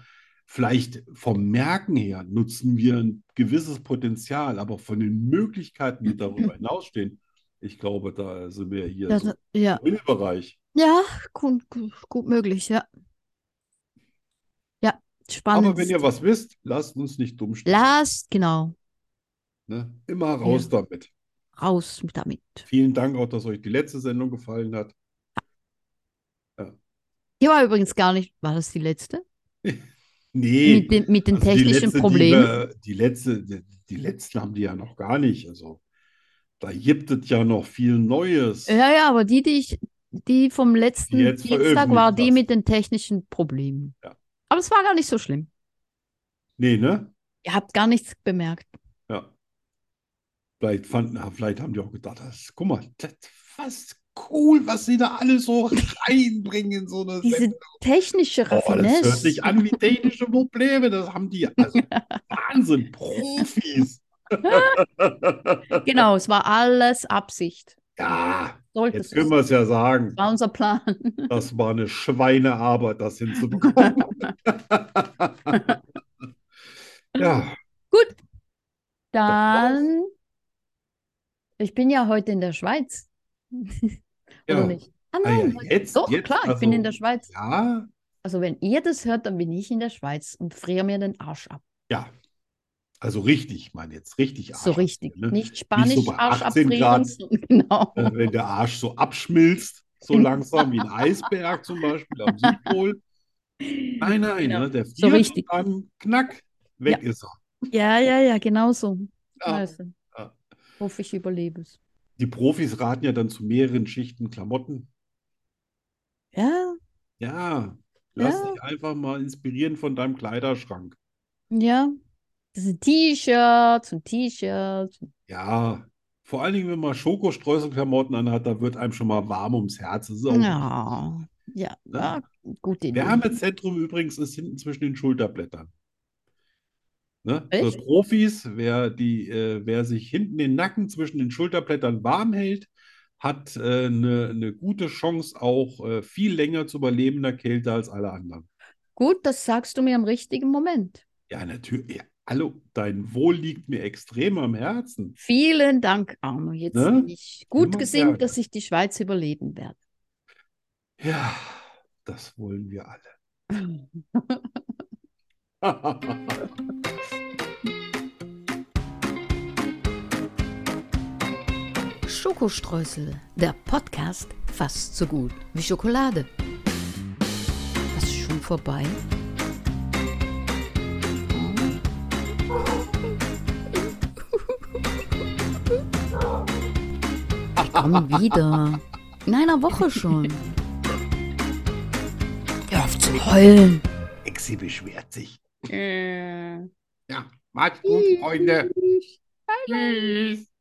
S2: vielleicht vom Merken her, nutzen wir ein gewisses Potenzial, aber von den Möglichkeiten, die darüber hinausstehen, ich glaube, da sind wir hier
S3: Ja,
S2: so
S3: da- ja.
S2: im Bereich.
S3: Ja, gut, gut, gut möglich, ja. Ja, spannend.
S2: Aber wenn ihr was wisst, lasst uns nicht dumm stehen.
S3: Lasst, genau,
S2: Ne? Immer raus damit.
S3: raus mit damit.
S2: Vielen Dank auch, dass euch die letzte Sendung gefallen hat.
S3: Hier war übrigens gar nicht, war das die letzte?
S2: Nee,
S3: Mit den, mit den
S2: also die
S3: technischen
S2: letzte, die
S3: Problemen.
S2: wir- die letzte, die, die letzten haben die ja noch gar nicht. Also da gibt es ja noch viel Neues.
S3: Ja, ja, aber die, die ich, die vom letzten
S2: Die jetzt
S3: Dienstag war
S2: veröffentlicht
S3: die
S2: hast.
S3: mit den technischen Problemen.
S2: Ja.
S3: Aber es war gar nicht so schlimm.
S2: Nee, ne?
S3: Ihr habt gar nichts bemerkt.
S2: Ja. Vielleicht fanden, vielleicht haben die auch gedacht, das, guck mal, das, was cool, was sie da alles so reinbringen in so eine
S3: Diese
S2: Sendung.
S3: technische
S2: Boah, das hört
S3: Raffinesse.
S2: sich an wie technische Probleme. Das haben die. Also, Wahnsinn, Profis.
S3: Genau, es war alles Absicht.
S2: Ja,
S3: Sollte
S2: jetzt
S3: es.
S2: können wir es ja sagen.
S3: Das war unser Plan.
S2: Das war eine Schweinearbeit, das hinzubekommen. Ja,
S3: Gut. Dann. Ich bin ja heute in der Schweiz. Oder
S2: ja.
S3: nicht? Ah
S2: Ah, ja,
S3: nein, heute-
S2: jetzt,
S3: doch,
S2: jetzt,
S3: klar, ich bin in
S2: also,
S3: der Schweiz.
S2: Ja,
S3: Also wenn ihr das hört, dann bin ich in der Schweiz und friere mir den Arsch ab.
S2: ja. Also richtig, ich meine jetzt richtig
S3: So
S2: Arsch
S3: richtig.
S2: abfrieren, ne?
S3: Nicht Spanisch
S2: Nicht so bei
S3: Arsch
S2: 18 Grad.
S3: abfrieren. sondern- Genau.
S2: Äh, Wenn der Arsch so abschmilzt, so langsam wie ein Eisberg zum Beispiel am Südpol. Nein, nein,
S3: Ja,
S2: ne, der
S3: so
S2: friert
S3: richtig.
S2: und dann knack, weg ist er.
S3: Ja, ja, ja, genau so.
S2: Ja.
S3: Also,
S2: Ja.
S3: hoffe ich überlebe es.
S2: Die Profis raten ja dann zu mehreren Schichten Klamotten.
S3: Ja,
S2: Ja, lass
S3: Ja.
S2: dich einfach mal inspirieren von deinem Kleiderschrank.
S3: ja. Das sind T-Shirts und T-Shirts.
S2: Ja, vor allen Dingen, wenn man Schokostreuselklamotten anhat, da wird einem schon mal warm ums Herz. Das ist auch
S3: Ja, ja, ja, gute Idee.
S2: Wärmezentrum übrigens ist hinten zwischen den Schulterblättern. Ne? Für
S3: Echt?
S2: Profis, wer die, äh, wer sich hinten den Nacken zwischen den Schulterblättern warm hält, hat äh, eine, eine gute Chance, auch äh, viel länger zu überleben in der Kälte als alle anderen.
S3: Gut, das sagst du mir im richtigen Moment.
S2: Ja, natürlich. Ja, hallo, dein Wohl liegt mir extrem am Herzen.
S3: Vielen Dank, Arno. Jetzt
S2: Ne?
S3: bin ich gut
S2: Immer
S3: gesinnt,
S2: gerne.
S3: dass ich die Schweiz überleben werde.
S2: Ja, das wollen wir alle.
S6: Schokostreusel, der Podcast fast so gut wie Schokolade. Was ist schon vorbei? Ich komme wieder. In einer Woche schon. Hör auf zu heulen.
S2: Exi beschwert sich.
S3: Äh.
S2: Ja, macht's gut, Freunde. Tschüss.